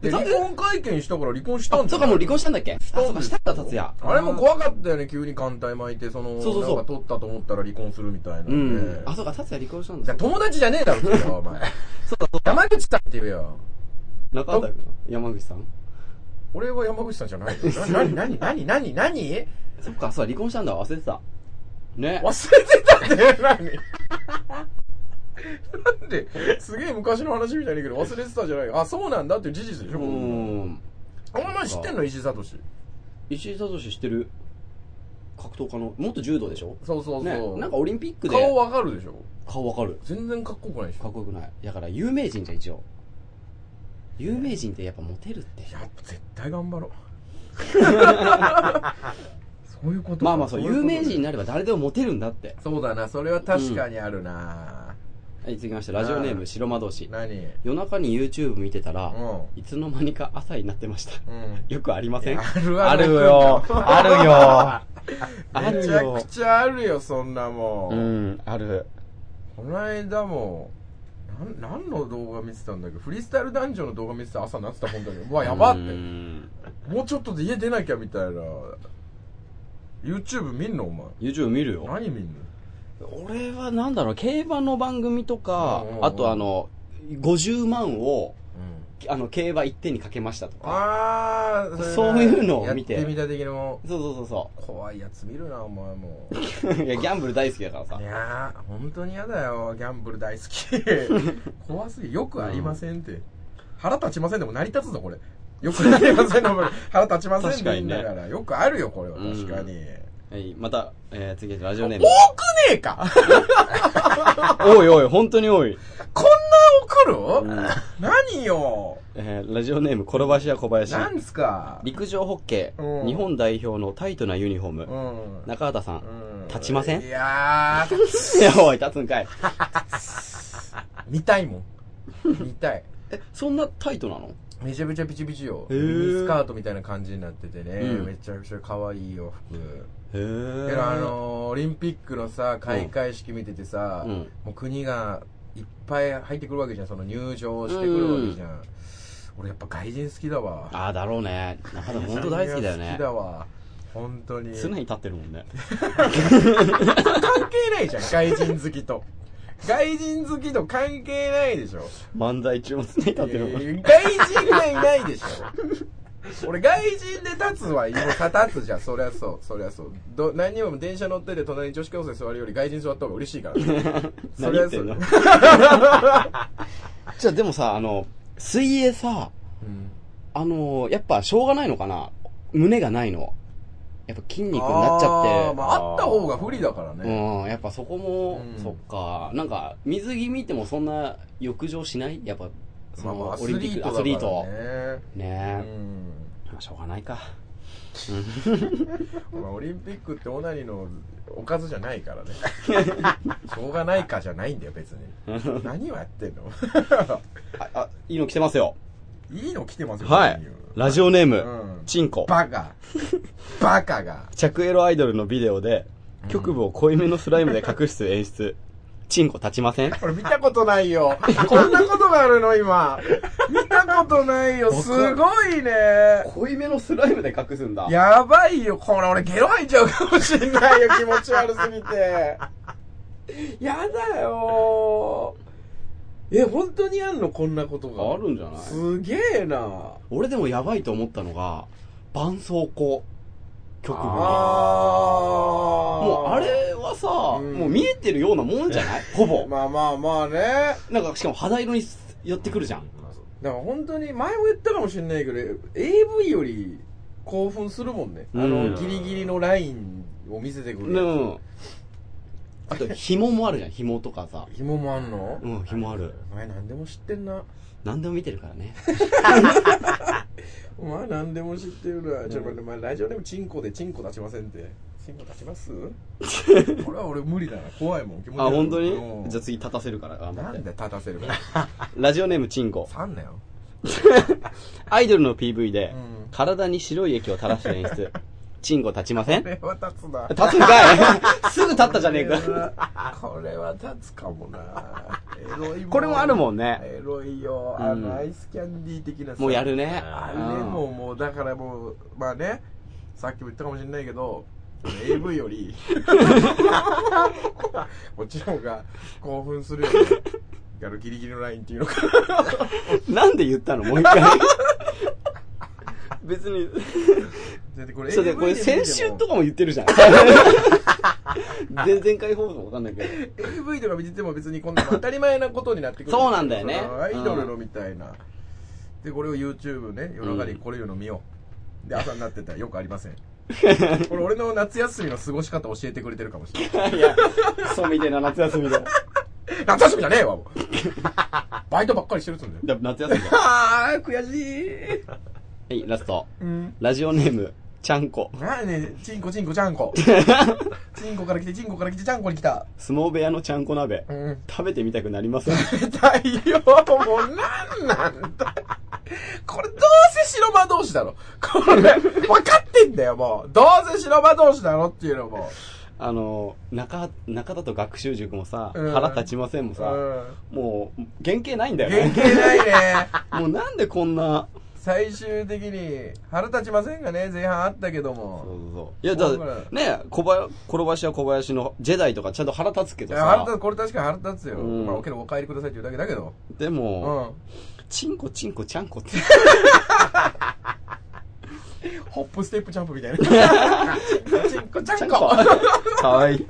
えで離婚会見したから離婚したんあ、だそうか、もう離婚したんだっけあ、そうか、したんだ、達也。あれも怖かったよね、急に艦隊巻いて、その、そうそうそうなんか取ったと思ったら離婚するみたいなんで。うん。あ、そうか、達也離婚したんじだゃあ。友達じゃねえだろ、それは お前。山口さんって言えよ。中畑君、山口さん。俺は山口さんじゃないよ。 な、なに、なに、なに、なにそっか、そう、離婚したんだ、忘れてた。ね。忘れてたって、なになんで、すげえ昔の話みたいだけど忘れてたじゃないあ、そうなんだっていう事実でしうょ、ーん。お前知ってんの石井聡。石井聡知ってる格闘家の、元柔道でしょそうそうそう。ね。なんかオリンピックで。顔わかるでしょ顔わかる。全然かっこよくないでしょかっこよくない。だから有名人じゃん、一応。有名人ってやっぱモテるってい。や、絶対 頑張ろう。そういうことまあまあそう、有名人にな。なれば誰でもモテるんだって。そうだな、それは確かにあるな、はい、続きまして、ラジオネーム、白魔同士。何うん。夜中に YouTube 見てたら、いつの間にか朝になってました。うん。よくありませいんやあるわあるよ。あるよ。あ めるちゃくよ。ちゃあるよ、そんなも。うんん、ある。この間も、なん、何の動画見てたんだっけフリースタイル男女の動画見てたら朝になってたもんだけど、うわ、やばってう。んもうちょっとで家出なきゃみたいな。YouTube 見んのお前。 YouTube 見るよ。何見んの俺はなんだろう、競馬の番組とかうんうんう、んあとあの、50万を、うん。あの、競馬一点にかけましたとか。あー、れねそういうのを見てやってみた的なもんそうそうそうそ怖いやつ見るな、お前もう。 う。いや、ギャンブル大好きだからさい。やー、本当に嫌だよ。ギャンブル大好 き。怖すぎ。よくありませんって。腹立ちませんでも成り立つぞ、これ。よくありませんのも腹立ちませんでいいんだから。よくあるよ、これは。うん確かに。はい、また、えー、次、ラジオネーム。多くねえかおいおい、本当に多い。こんな怒る、うん何よえー、ラジオネーム、転ばしや小林。何すか陸上ホッケうー、ん日本代表のタイトなユニフォーム。ん中畑さん。うん立ちませんいやー、いや、 おい、立つんかい。見たいもん。見たい。え、そんなタイトなのめちゃめちゃピチピチよ。へーミニスカートみたいな感じになっててね。うんめちゃくちゃ可愛い洋服。へけえどあのーオリンピックのさ開会式見ててさ、うんもう国がいっぱい入ってくるわけじゃんその入場してくるわけじゃん、俺やっぱ外人好きだわああ、だろうね。中田本当大好きだよ外人が好ねき。だわ本当に常に関立ってるもんね。係ないじゃん外人好きと外人好きと関係ないでしょ漫才中も常に立ってるもんね。いやいや外人がいないでしょ俺外人で立つは今立つじゃんそりゃそうそりゃそうど何にも電車乗ってて隣に女子高生座るより外人座った方が 嬉しいからそ何言りゃってそんの うじゃあでもさ、あの、水泳さ、うんあのーやっぱしょうがないのかな胸がないの。やっぱ筋肉になっちゃあっーてま、あ、あった方が不利だからね。うん、やっぱそこも、うんそっか、なんか、水着見てもそんな浴場しないやっぱ、そまあまのあ、アオスリリンピック、ートアだかスらリート。ね。うねえ、ん。まあしょうがないか。まあ、オリンピックってオナニーのおかずじゃないか らね。しょうがないかじゃないんだよ、別に。何をやってんの あ、あ、いいの来てますよ。いいの来てますよ、はい別に。ラジオネーム、うんチンコ。バカ。バカが。着エロアイドルのビデオで、局部を濃いめのスライムで隠す演出。チンコ立ちませんこれ見たことないよ。 こんなことがあるの、今。見たことないよ。すごいね。濃いめのスライムで隠すんだやばいよ、これ俺ゲロ吐いちゃうかもしんない よ、気持ち悪すぎて。やだよえ、本当にあんのこんなことが。あるんじゃないすげえな俺でもやばいと思ったのが、絆創膏。局部に。あーもうあれはさ、うんもう見えてるようなもんじゃないほぼ。まあまあまあね。なんかしかも肌色に寄ってくるじゃん。だから本当に、前も言ったかもしんないけど、AV より興奮するもんね。あうんの、ギリギリのラインを見せてくうるやん。あと、紐もあるじゃん、紐とかさつ。。紐もあんのうん、紐ある。お前何でも知ってんな。何でも見てるからね。お前何でも知ってるな。ちょ、待って、お前ラジオでもチンコでチンコ出しませんって。チンコ出します これは俺無理だな。怖いもん。気持ちあ、悪い本当にうんじゃあ次立たせるから、頑張なっんて。で立た せるか。ラジオネームチンコ。さんなよ。アイドルの PV でうん、体に白い液を垂らした演 出。チンコ立ちませんこれは立つな。立つんかい すぐ立ったじゃねえか。か。 これは立つかもな。エロい んこれもあるもんね。エロいよ。うんあの、アイスキャンディー的なさもうやる。ね。あれうんももう、だからもう、まあね、さっきも言ったかもしれないけど、AV より、こっちの方が興奮するよね。やるギリギリのラインっていう のか。なんで言ったのもう一 回。別に。だってこれそうだよこれ AV で見先て週もとかも言って るじゃん。前々回放送わかんないけど。 AV とか見てても別にこんなの当たり前なことになってくる。そうなんだよねそのアイドルのみたいな。で、これを YouTube ね、夜中にこれいうの見よう。で、朝になってたらよくありません。これ俺の夏休みの過ごし方教えてくれてるかもしれ ない。いや、クソみたいな夏休みだ。夏休みじゃねえわ、もうバイトばっかりしてるっつうんだよ。だ夏休みだ。はあー、悔しい。い、ラスト。うん。ラジオネーム、ちゃんこ。なあね、チンコチンコちゃ んこ。チンコから来て、チンコから来て、ちゃんこに来た。相撲部屋のちゃんこ鍋。うん。食べてみたくなりません。 痛いよ、もうなんなんだ。これどうせ白馬同士だろ。これ、分かってんだよ、もう。どうせ白馬同士だろっていうのも。あの、中、中田と学習塾もさ、うん腹立ちませんもうさ、ん。もう、原型ないんだよ原ね。型ないね。 もうなんでこんな、最終的に、腹立ちませんがね、前半あったけどそうも。そうそう。いや、だってね、小林、転ばしは小林の、ジェダイとかちゃんと腹立つけいどや腹さ立、つ、これ確かに腹立つよ。うんまあ、おけどお帰りくださいって言うだけだけど。でうも、ん。チンコチンコちゃんこって。ホップステップジャンプみたいな。チンコチャンコ。 かわいい。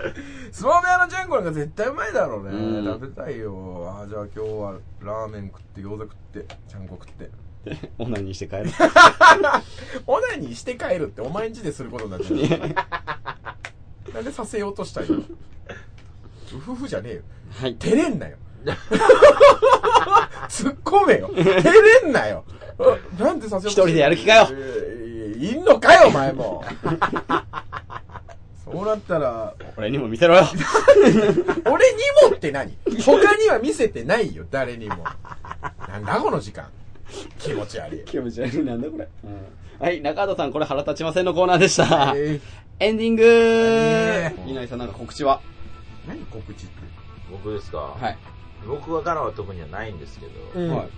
スモーベアのジャンコなんか絶対うまいだろうね。うん食べたいよ。あーじゃあ今日はラーメン食って、餃子食って、ちゃんこ食って。オナニーして帰る。オナニーして帰るってお前んちですることになっちゃう。なんでさせようとしたいのうふふじゃねえよ。はい。照 れんなよ。突っ込めよ。照れんなよ。あなんでさせようとして一人でやる気かよえーいんのかよ、お 前も。そうなったら、俺にも見せろよ。俺にもって何他には見せてないよ、誰にも。なんだこの時間。気持ち悪い。気持ち悪い。なんだこれ。はい、中畑さん、これ腹立ちませんのコーナーでした。えーエンディングえー稲井さん、なんか告知は何告知って。僕ですか、はい。僕がからは特にはないんですけど、うはんい。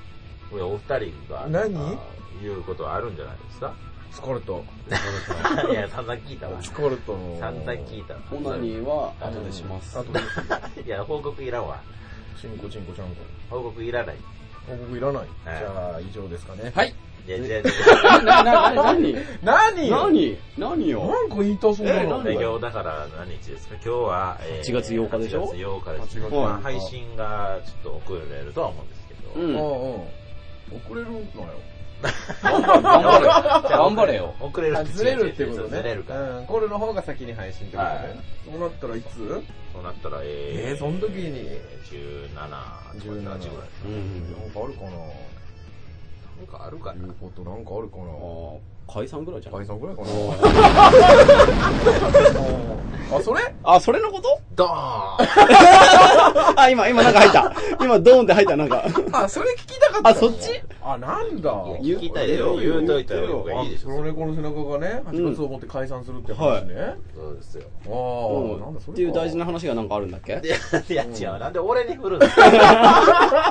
これお二人が何あ言うことはあるんじゃないですか疲れた。いや、散々聞いたわ。散疲れたの。々聞いたわ。オナニーは後でします。あとで、いや、報告いらんわ。チンコチンコちゃんこ。報告いらない。報告いらない。じゃあ、以上ですかね。はい。じゃあ、じゃあ、な、な、な、何何よ何何よなんか言いたそうだえな。何今日だから何日ですか今日は、え8月8日でしょ ?8 月8日です8月8日まあ配信がちょっと遅れるとは思うんですけど、うんああああ遅れるのよ。頑張れよ。頑張れよ。遅れるあずれるってことね。ずれるから。うん、これの方が先に配信ってことね。はいそうなったらいつそうなったら、ええー、その時に。 17とか18ぐらい。なんかうんうんなんかあるかなあるか言うな。ことなんかあるかなああ、解散ぐらいじゃない解散ぐらいかおなー あ、それあ、それのことドーンあ、今、今なんか入った。 今、ドーンって入った、なんか。あ、それ聞きたかった。あ、そっちあ、なんだ。聞きたいよ。言うといた方がいいでしあ黒ょ。猫の背中がね、8月を持って解散するって話ね。あそうですよ。あ、なんだそれか。っていう大事な話がなんかあるんだっけいや、いや違う。なんで俺に振るんですか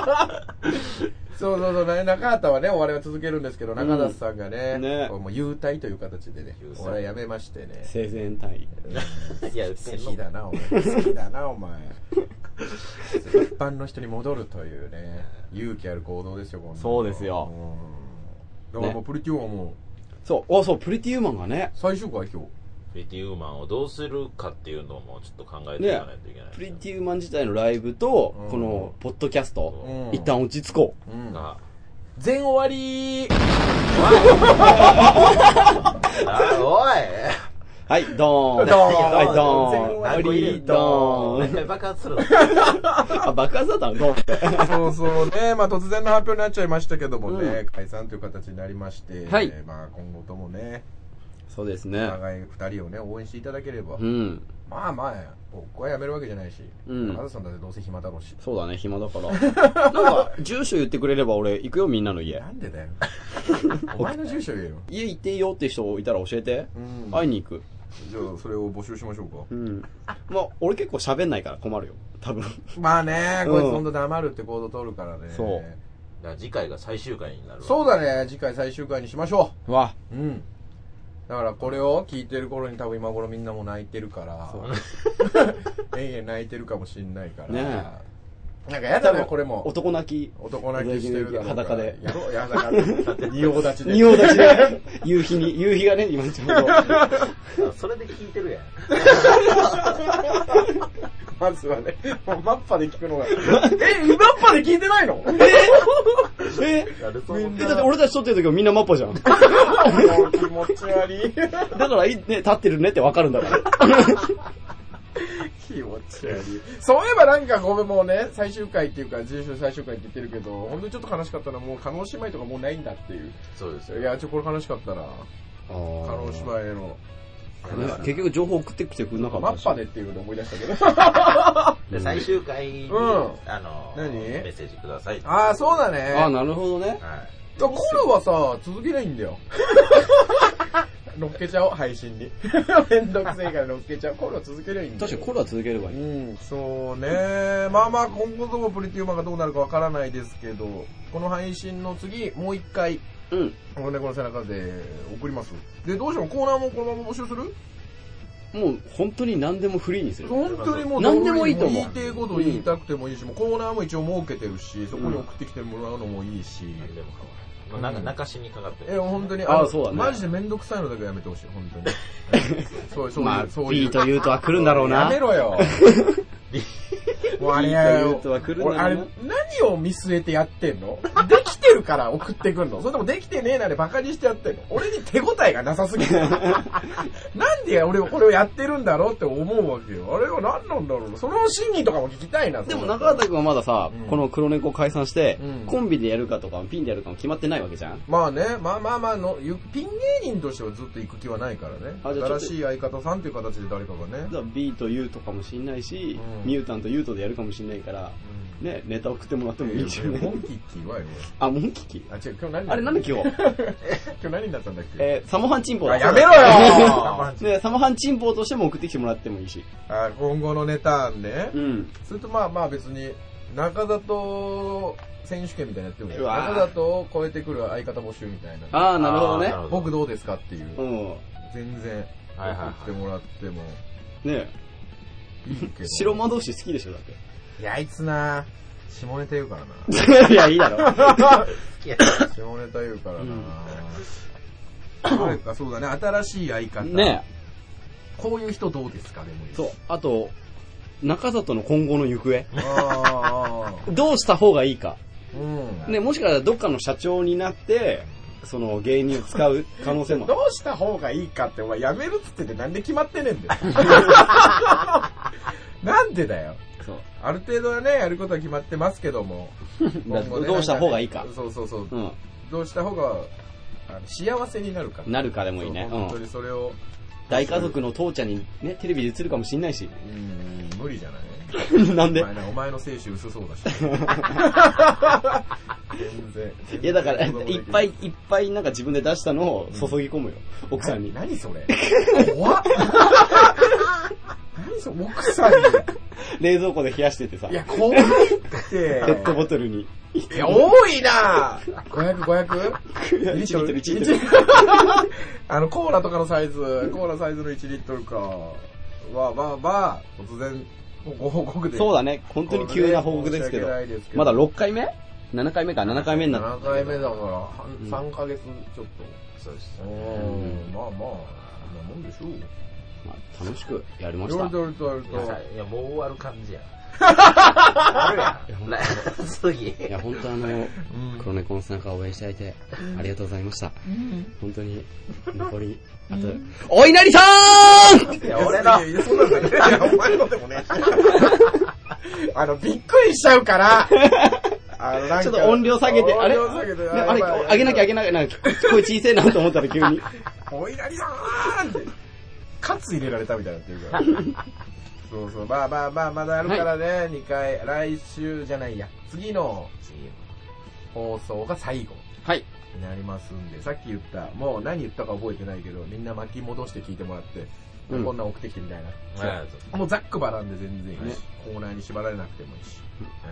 そうそうそう、ね、中畑はね、お笑いを続けるんですけど、中田さんがね、うんねもう優待という形でね優、待お笑いやめましてね。生前単位。いや、う好ちきだの。な、お 前。好きだな、お前。一般の人に戻るというね、勇気ある行動ですよ、こんなのそうですよ。うんだからもう、プリティオはもう、そう、あ、そう、プリティウーマンがね、最終回今日。プリティウーマンをどうするかっていうのもちょっと考えていかないといけない。プリティウーマン自体のライブとうん、この、ポッドキャスト、うん一旦落ち着こう。うんが、全終わりあおいはい、ドーン。ドーンはい、ド全ーン。部あ何個入れりるド何ーン。回爆発するあ、爆発だったのドーンって。 そうそうね、まあ突然の発表になっちゃいましたけどもね、解散という形になりまして、はいまあ今後ともね、そうですおね。互い二人をね、応援していただければ、うん。まあまあ、僕は辞めるわけじゃないし、うんカズさんだってどうせ暇だろうし。そうだね、暇だから。なん か、住所言ってくれれば俺、行くよ、みんなの家な。ん でだよ。お前の住所言えよ。家行っていいよって人いたら教えて。うん会いに行く。じゃあそれを募集しましょうかう。ん。まあ、俺結構喋んないから困るよ。多分。まあね、こいつうんほんと黙るって行動取るからね。そうだから次回が最終回になるわそうだね、次回最終回にしましょ わ。う。うん。だからこれを聞いてる頃に多分今頃みんなもう泣いてるから、永遠泣いてるかもしんないから。ねなんかやだな、これも。男泣き。男泣きしてるだろうから裸でやろう、やだから。仁王立ちで。仁王立ち で、夕日に、夕日がね、今ちょうど。あそれで聞いてるやん。まずはね、もうマッパで聞くのが。え、マッパで聞いてないのえやるとえ思うだって俺たち撮ってる時はみんなマッパじゃん。 だかもう気持ち悪い。ら、いね、立ってるねってわかるんだから。気持ち悪い。そういえばなんかごめんもうね、最終回っていうか、住所最終回って言ってるけど、ほんとにちょっと悲しかったのはもう、加納姉妹とかもうないんだっていう。そうですいよ。や、ちょ、これ悲しかったな。加納姉妹への。ね結局情報送ってきてくんなかったマッしパでっていうこと思い出したけど。で最終回に、うんあの、何メッセージください。ああ、そうあだー、ね。なるほどね。はい。コルはさ、続けないんだ よ。乗っけちゃおう、配信に。 めんどくせえから乗っけちゃおう。コルは続けりゃいいんだよ確かにこれは続ければいい。うん、そうね。まあまあ、今後ともプリティウーマンがどうなるかわからないですけど、この配信の次、もう一回、うん。この猫の背中で送ります。で、どうしようコーナーもこのまま募集するもう、本当に何でもフリーにする。本当にもう、何でもいいと思う言いてえこと言いたくてもいいし、もうコーナーも一応設けてるし、そこに送ってきてもらうのもいいし。何でも構わない。なんか泣かしにかかってるえ、本当に、あのそうだねマジでめんどくさいのだけはやめてほしい、本当に。 そう、そういう、まあ、そういう。 B と言うとは来るんだろうな。やめろよ。もうあれやいいと言うとは来るんだ俺なあれ、何を見据えてやってんのできてるから送ってくんのそれともできてねえなでバカにしてやってんの俺に手応えがなさすぎて。なんで俺これをやってるんだろうって思うわけよ。あれは何なんだろうその真偽とかも聞きたいな。でもそれ中畑くんはまださ、うんこの黒猫解散して、うんコンビでやるかとか、ピンでやるかも決まってないわけじゃんまあね、まあまあまあの、ゆピン芸人としてはずっと行く気はないからね。あじゃあちょっと新しい相方さんという形で誰かがねだか。ら B と U とかもしんないし、うんミュータンと U とでやるかもしんないから、うんね、ネタ送ってもらってもいいんじゃいやいやないモンキーって言わよ。 あ、モンキキあ、違う、今日何あれなんだ今日今日何になったんだっけえーサモハンチンポだ。あやめろよ ね、サモハンチンポとしても送ってきてもらってもいいし。あ今後のネタねう。ん。それとまあまあ別に、中田と選手権みたいなのやってもいい。うわ中田と超えてくる相方募集みたいな。あー、なるほどねあ。ー僕どうですかっていうう。ん。全然、送はいはいはいってもらってもねいいけど。白魔同士好きでしょ、だっいや、あいつな下ネタ言う からな。 て。いや、いいだろ。好きや下ネタ言うからな、誰かそうだね、新しい相方。 ねこういう人どうですかでもいいしそう。。あと、中里の今後の行方。ああ。どうした方がいいか。うん。 ね、もしかしたらどっかの社長になって、その芸人を使う可能性もどうした方がいいかって、お前やめるっつっててなんで決まってねえんだ よ。なんでだよ。そうある程度はね、やることは決まってますけど も。今後ねどうした方がいいかなんねそうそうそう。うんどうした方が、あの幸せになるか。なるかでもいいねそうう本当んにそれを、大家族の父ちゃんにねテレビで映るかもしんない しうん、無理じゃないなんおで前なお前の精子薄そうだ し。全然。いやだからいっぱいいっぱいなんか自分で出したのを注ぎ込むよ奥さんに何それ怖 っ何それ奥さんに。冷蔵庫で冷やしててさいや、ペ怖いって。ットボトルにいや、多いな500、500? 1リットル1リットル1あの、コーラとかのサイズ、コーラサイズの1リットルか。は、まあまあ、突然、ご報告で。そうだ。だね本当に急な報告ですけど申し訳ないですけどまだ6回目 ?7 回目か7回目になった7回目だから、はうんん3ヶ月ちょっそうですと。うん、まあまあ、そんなもんでしょう。まあ楽しくやりましどたれどれとやるいやさと。いやもう終わる感じやあるやんな 次いや、本当あの、黒猫の背中を応援していただいて、ありがとうございました。本当に、残り、あと、お稲荷さーんいや俺のいや、そうなんだけど、いや、お前のでもね。あの、びっくりしちゃうから。あの、なんかちょっと音量下げて、あれ音量下げて、あれ、上げなきゃ上げなきゃ、なんか声小せえなと思ったら急に。おいらりさーんって、カツ入れられたみたいになってるから。そうそう、まあまあまあ、まだあるからね、2回、来週じゃないや、次の放送が最後はい。になりますんで、さっき言った、もう何言ったか覚えてないけど、みんな巻き戻して聞いてもらって、うんこんなん送ってきてみたいな。まあもうざっくばらんで全然いいし、ねコーナーに縛られなくてもいいし、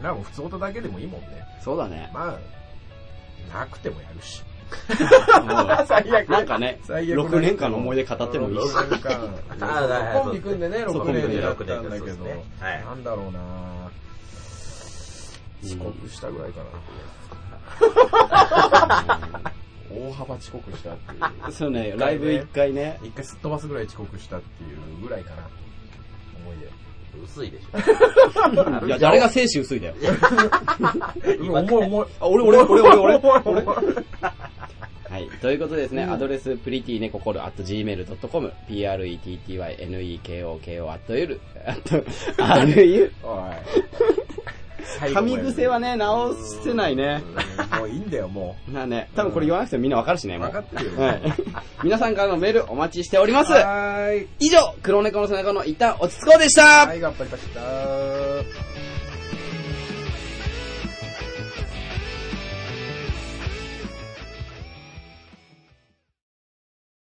なんか普通音だけでもいいもんね。そうだね。まあ、なくてもやるし。も最悪うなんかね、最悪の6年間の思い出語ってもいいし。 6年間あはいはいコンビ組んでね、そう6年になったんコンビだけで六年ですど、ねはいなんだろうなうん遅刻したぐらいかな。大幅遅刻したっていう。そうね、ライブ一回 ね、一回すっ飛ばすぐらい遅刻したっていうぐらいかな。思い薄いでしょいや、誰が精子薄いだよ。出。重い重い。あ、俺、俺、俺、俺、俺、俺。 重い重いはい。ということでですね、アドレス、プリティネココル、アット gmail.com、p-r-e-t-t-y-n-e-k-o-k-o、アットゆる、あと、ru。おい。噛み癖はね、直してないね。うん。もういいんだよ、もまあね、多分これ言わなくてもみんなわかるしね、う。もう。分かってる よ。はい。皆さんからのメールお待ちしております。はーい。以上、黒猫の背中の一旦落ち着こうでしたはい、頑張りました。